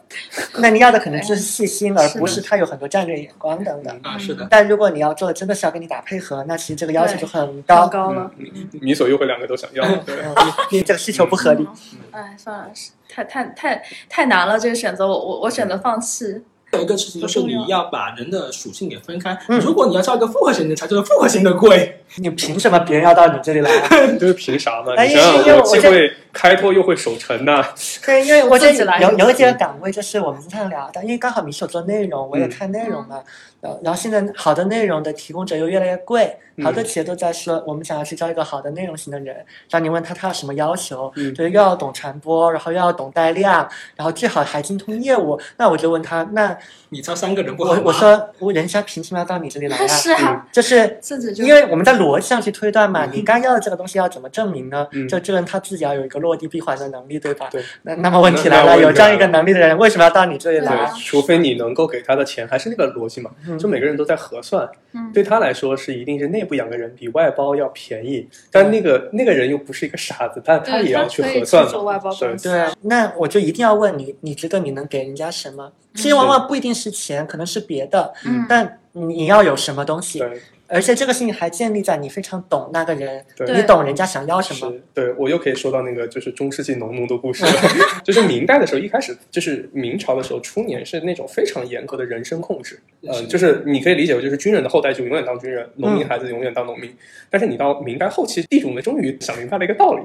那你要的可能就是细心，而不
是
是他有很多战略眼光等等。
啊，是的，
但如果你要做的真的是要跟你打配合，那其实这个要求
对
就很
糟
高，
糕了。
嗯你所又会两个都想要。 对，
嗯你你这个需求不合理。
哎，算了，是太太太太难了，这个选择我我我选择放弃。
有一个事情就是你要把人的属性给分开。
嗯
如果你要招一个复合型的，才叫做复合型的贵。
你凭什么别人要到你这里来？啊
就是凭啥嘛？
哎
你想想，
因为
我
我
既
这
会开拓又会守城呐、
对，因为我这
自己来
有有几个岗位，就是我们经常聊的，因为刚好米手做内容，我
嗯
也看内容嘛。然后然后现在好的内容的提供者又越来越贵，
嗯
好多企业都在说，我们想要去招一个好的内容型的人，让你问他他要什么要求，
嗯
就是又要懂传播，然后又要懂带量，然后最好还精通业务。那我就问他，那
你招三个人不好
我
吗
我说我人家凭什么要到你这里来 啊？
是啊，
就是
自己就
因为我们在逻辑上去推断嘛，你刚要的这个东西要怎么证明呢
嗯？
就这个人他自己要有一个落地闭环的能力，对吧？
对。
那那么问题
那
来
那
了，
问
有
题
这样
来
一个
了
能力的人，为什么要到你这里
对啊
来？
对，除非你能够给他的钱，还是那个逻辑嘛，
嗯
就每个人都在核算，
嗯
对他来说是一定是内部养个人比外包要便宜，但那个那个人又不是一个傻子，但他
对
也
他
要去
可以
核算
去做外
嘛
包，
对
公，司
对，啊那我就一定要问你，你觉得你能给人家什么？
嗯
其实往往不一定是钱，可能是别的，
嗯，
但你要有什么东西，
对，
而且这个事情还建立在你非常懂那个人，
对
你懂人家想要什么。
是，对我又可以说到那个就是中世纪农奴的故事了， 就是明代的时候，一开始就是明朝的时候初年是那种非常严格的人身控制，呃，就是你可以理解为就是军人的后代就永远当军人，农民孩子永远当农民，但是你到明代后期，地主们终于想明白了一个道理。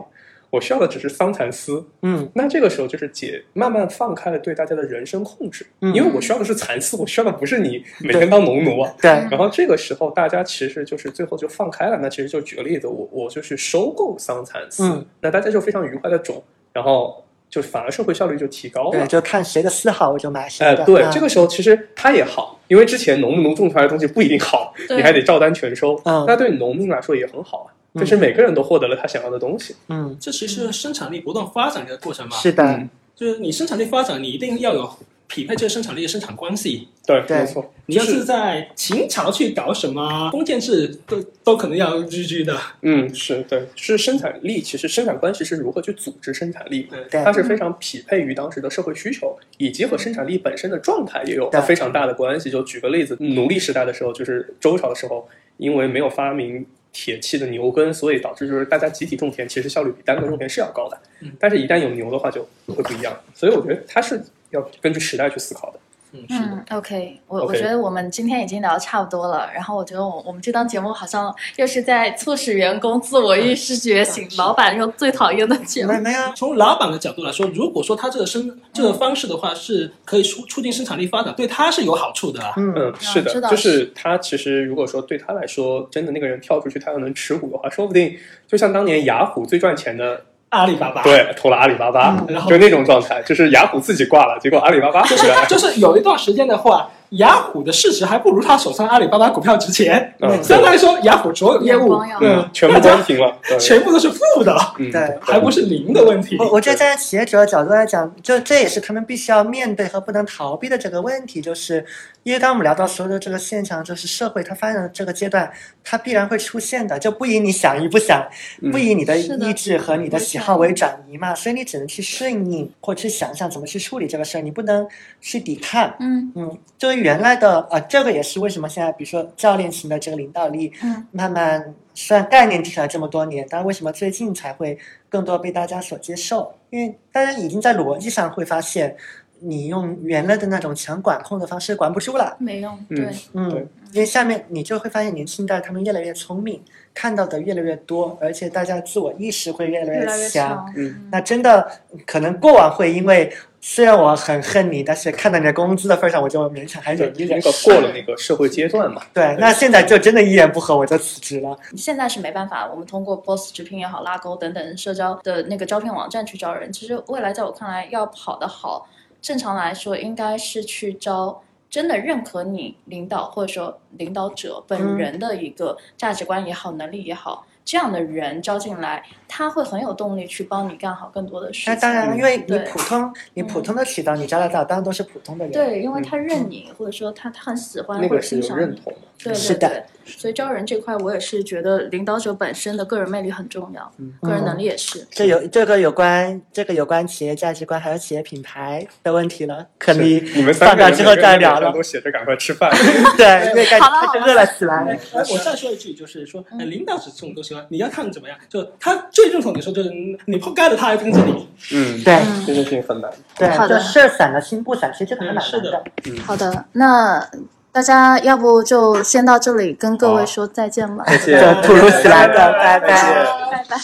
我需要的只是桑蚕丝，
嗯
那这个时候就是解慢慢放开了对大家的人身控制，
嗯
因为我需要的是蚕丝，我需要的不是你每天当农奴啊。
对，
然后这个时候大家其实就是最后就放开了。那其实就举个例子，我我就去收购桑蚕丝，
嗯
那大家就非常愉快的种，然后就反而社会效率就提高
对，
了。
就看谁的丝好，我就买谁
哦哎，
的。
对
啊，
这个时候其实它也好，因为之前农不农种出来的东西不一定好，
对
你还得照单全收。
嗯
那对农民来说也很好啊，就是
嗯
每个人都获得了他想要的东西。
嗯，
这其实是生产力不断发展的过程嘛。
是的，
嗯
就是你生产力发展，你一定要有匹配这个生产力的生产关系。
对，
对
没错。
你要
就是
在秦朝去搞什么封建制，都都可能要 GG 的。
嗯，是对，是生产力，其实生产关系是如何去组织生产力，
对，
对
它是非常匹配于当时的社会需求，以及和生产力本身的状态也有
对
非常大的关系。就举个例子，奴隶时代的时候，就是周朝的时候，因为没有发明铁器的牛耕，所以导致就是大家集体种田，其实效率比单个种田是要高的
嗯。
但是，一旦有牛的话，就会不一样。所以，我觉得它是要根据时代去思考的。
嗯，是的。
嗯，OK，我
OK
我觉得我们今天已经聊得差不多了，然后我觉得我我们这档节目好像又是在促使员工自我意识觉醒，老板又最讨厌的节目
没。没啊有，
从老板的角度来说，如果说他这个生这个方式的话，是可以促促进生产力发展，对他是有好处的啊。
嗯，
嗯，是
知
的，
道
就是他其实如果说对他来说，真的那个人跳出去，他要能持股的话，说不定就像当年雅虎最赚钱的
阿里巴巴，，
对，投了阿里巴巴，
然后
就那种状态，就是雅虎自己挂了，结果阿里巴巴
就
回
是
来。
就是有一段时间的话，雅虎的市值还不如他手上阿里巴巴股票值钱。
嗯，
相当于说，雅虎所有业
眼
务
光要
对嗯，全部关停了，对
全部都是负的，
嗯
对
还不是零的问题。
我我觉得站在企业主的角度来讲，就这也是他们必须要面对和不能逃避的这个问题，就是因为刚刚我们聊到所有的这个现象，就是社会它发展的这个阶段，它必然会出现的，就不以你想与不想，
嗯
不以你的
是的
意志和你的喜好为转移嘛，所以你只能去顺应或去想想怎么去处理这个事儿，你不能去抵抗。
嗯
嗯，就是原来的啊、呃这个也是为什么现在比如说教练型的这个领导力，
嗯
慢慢虽然概念提了这么多年，但为什么最近才会更多被大家所接受？因为大家已经在逻辑上会发现，你用原来的那种强管控的方式管不住了。
没用，
嗯
对，
对
嗯，因为下面你就会发现年轻一代他们越来越聪明，看到的越来越多，而且大家自我意识会越来
越来越
强。
强。
嗯
那真的可能过往会因为虽然我很恨你，但是看到你的工资的份上，我就勉强还忍一
对，
忍
那。个过了那个社会阶段嘛，
对，那现在就真的一言不合我就辞职了。
现在是没办法，我们通过 Boss 直聘也好、拉勾等等社交的那个招聘网站去招人。其实未来在我看来，要跑得好，正常来说应该是去招真的认可你领导或者说领导者本
嗯
人的一个价值观也好、能力也好，这样的人招进来，他会很有动力去帮你干好更多的事情。
那当然了，因为你
对
普通，你普通的渠道，你加拿大当然都是普通的人。
对，因为
嗯
他认你，或者说他他很喜欢
那
或
个
者
是
欣
有
赏
认
你，
同的。
对对
是的
对。所以招人这块，我也是觉得领导者本身的个人魅力很重要，
嗯
个人能力也是。
这有这个有关这个有关企业价值观还有企业品牌的问题了，可以
你们
放
三个
到
人
之后再聊了
都。写着赶快吃饭。
对，因为感觉
好了嗯
开始饿了起来。
哎，我再说一句，就是说，哎，领导是这种东西吗？你要看怎么样。就他最认同你说，就是你不干的，他还跟着你。
嗯，
对
这件事情很难。
对，
好的
就事儿散了心不散，其实这个还
嗯，
蛮
是
难
的
的。，
好的，那大家要不就先到这里，跟各位
好
说再见吧。
再见
就突如其来的，拜拜。
再见
拜拜。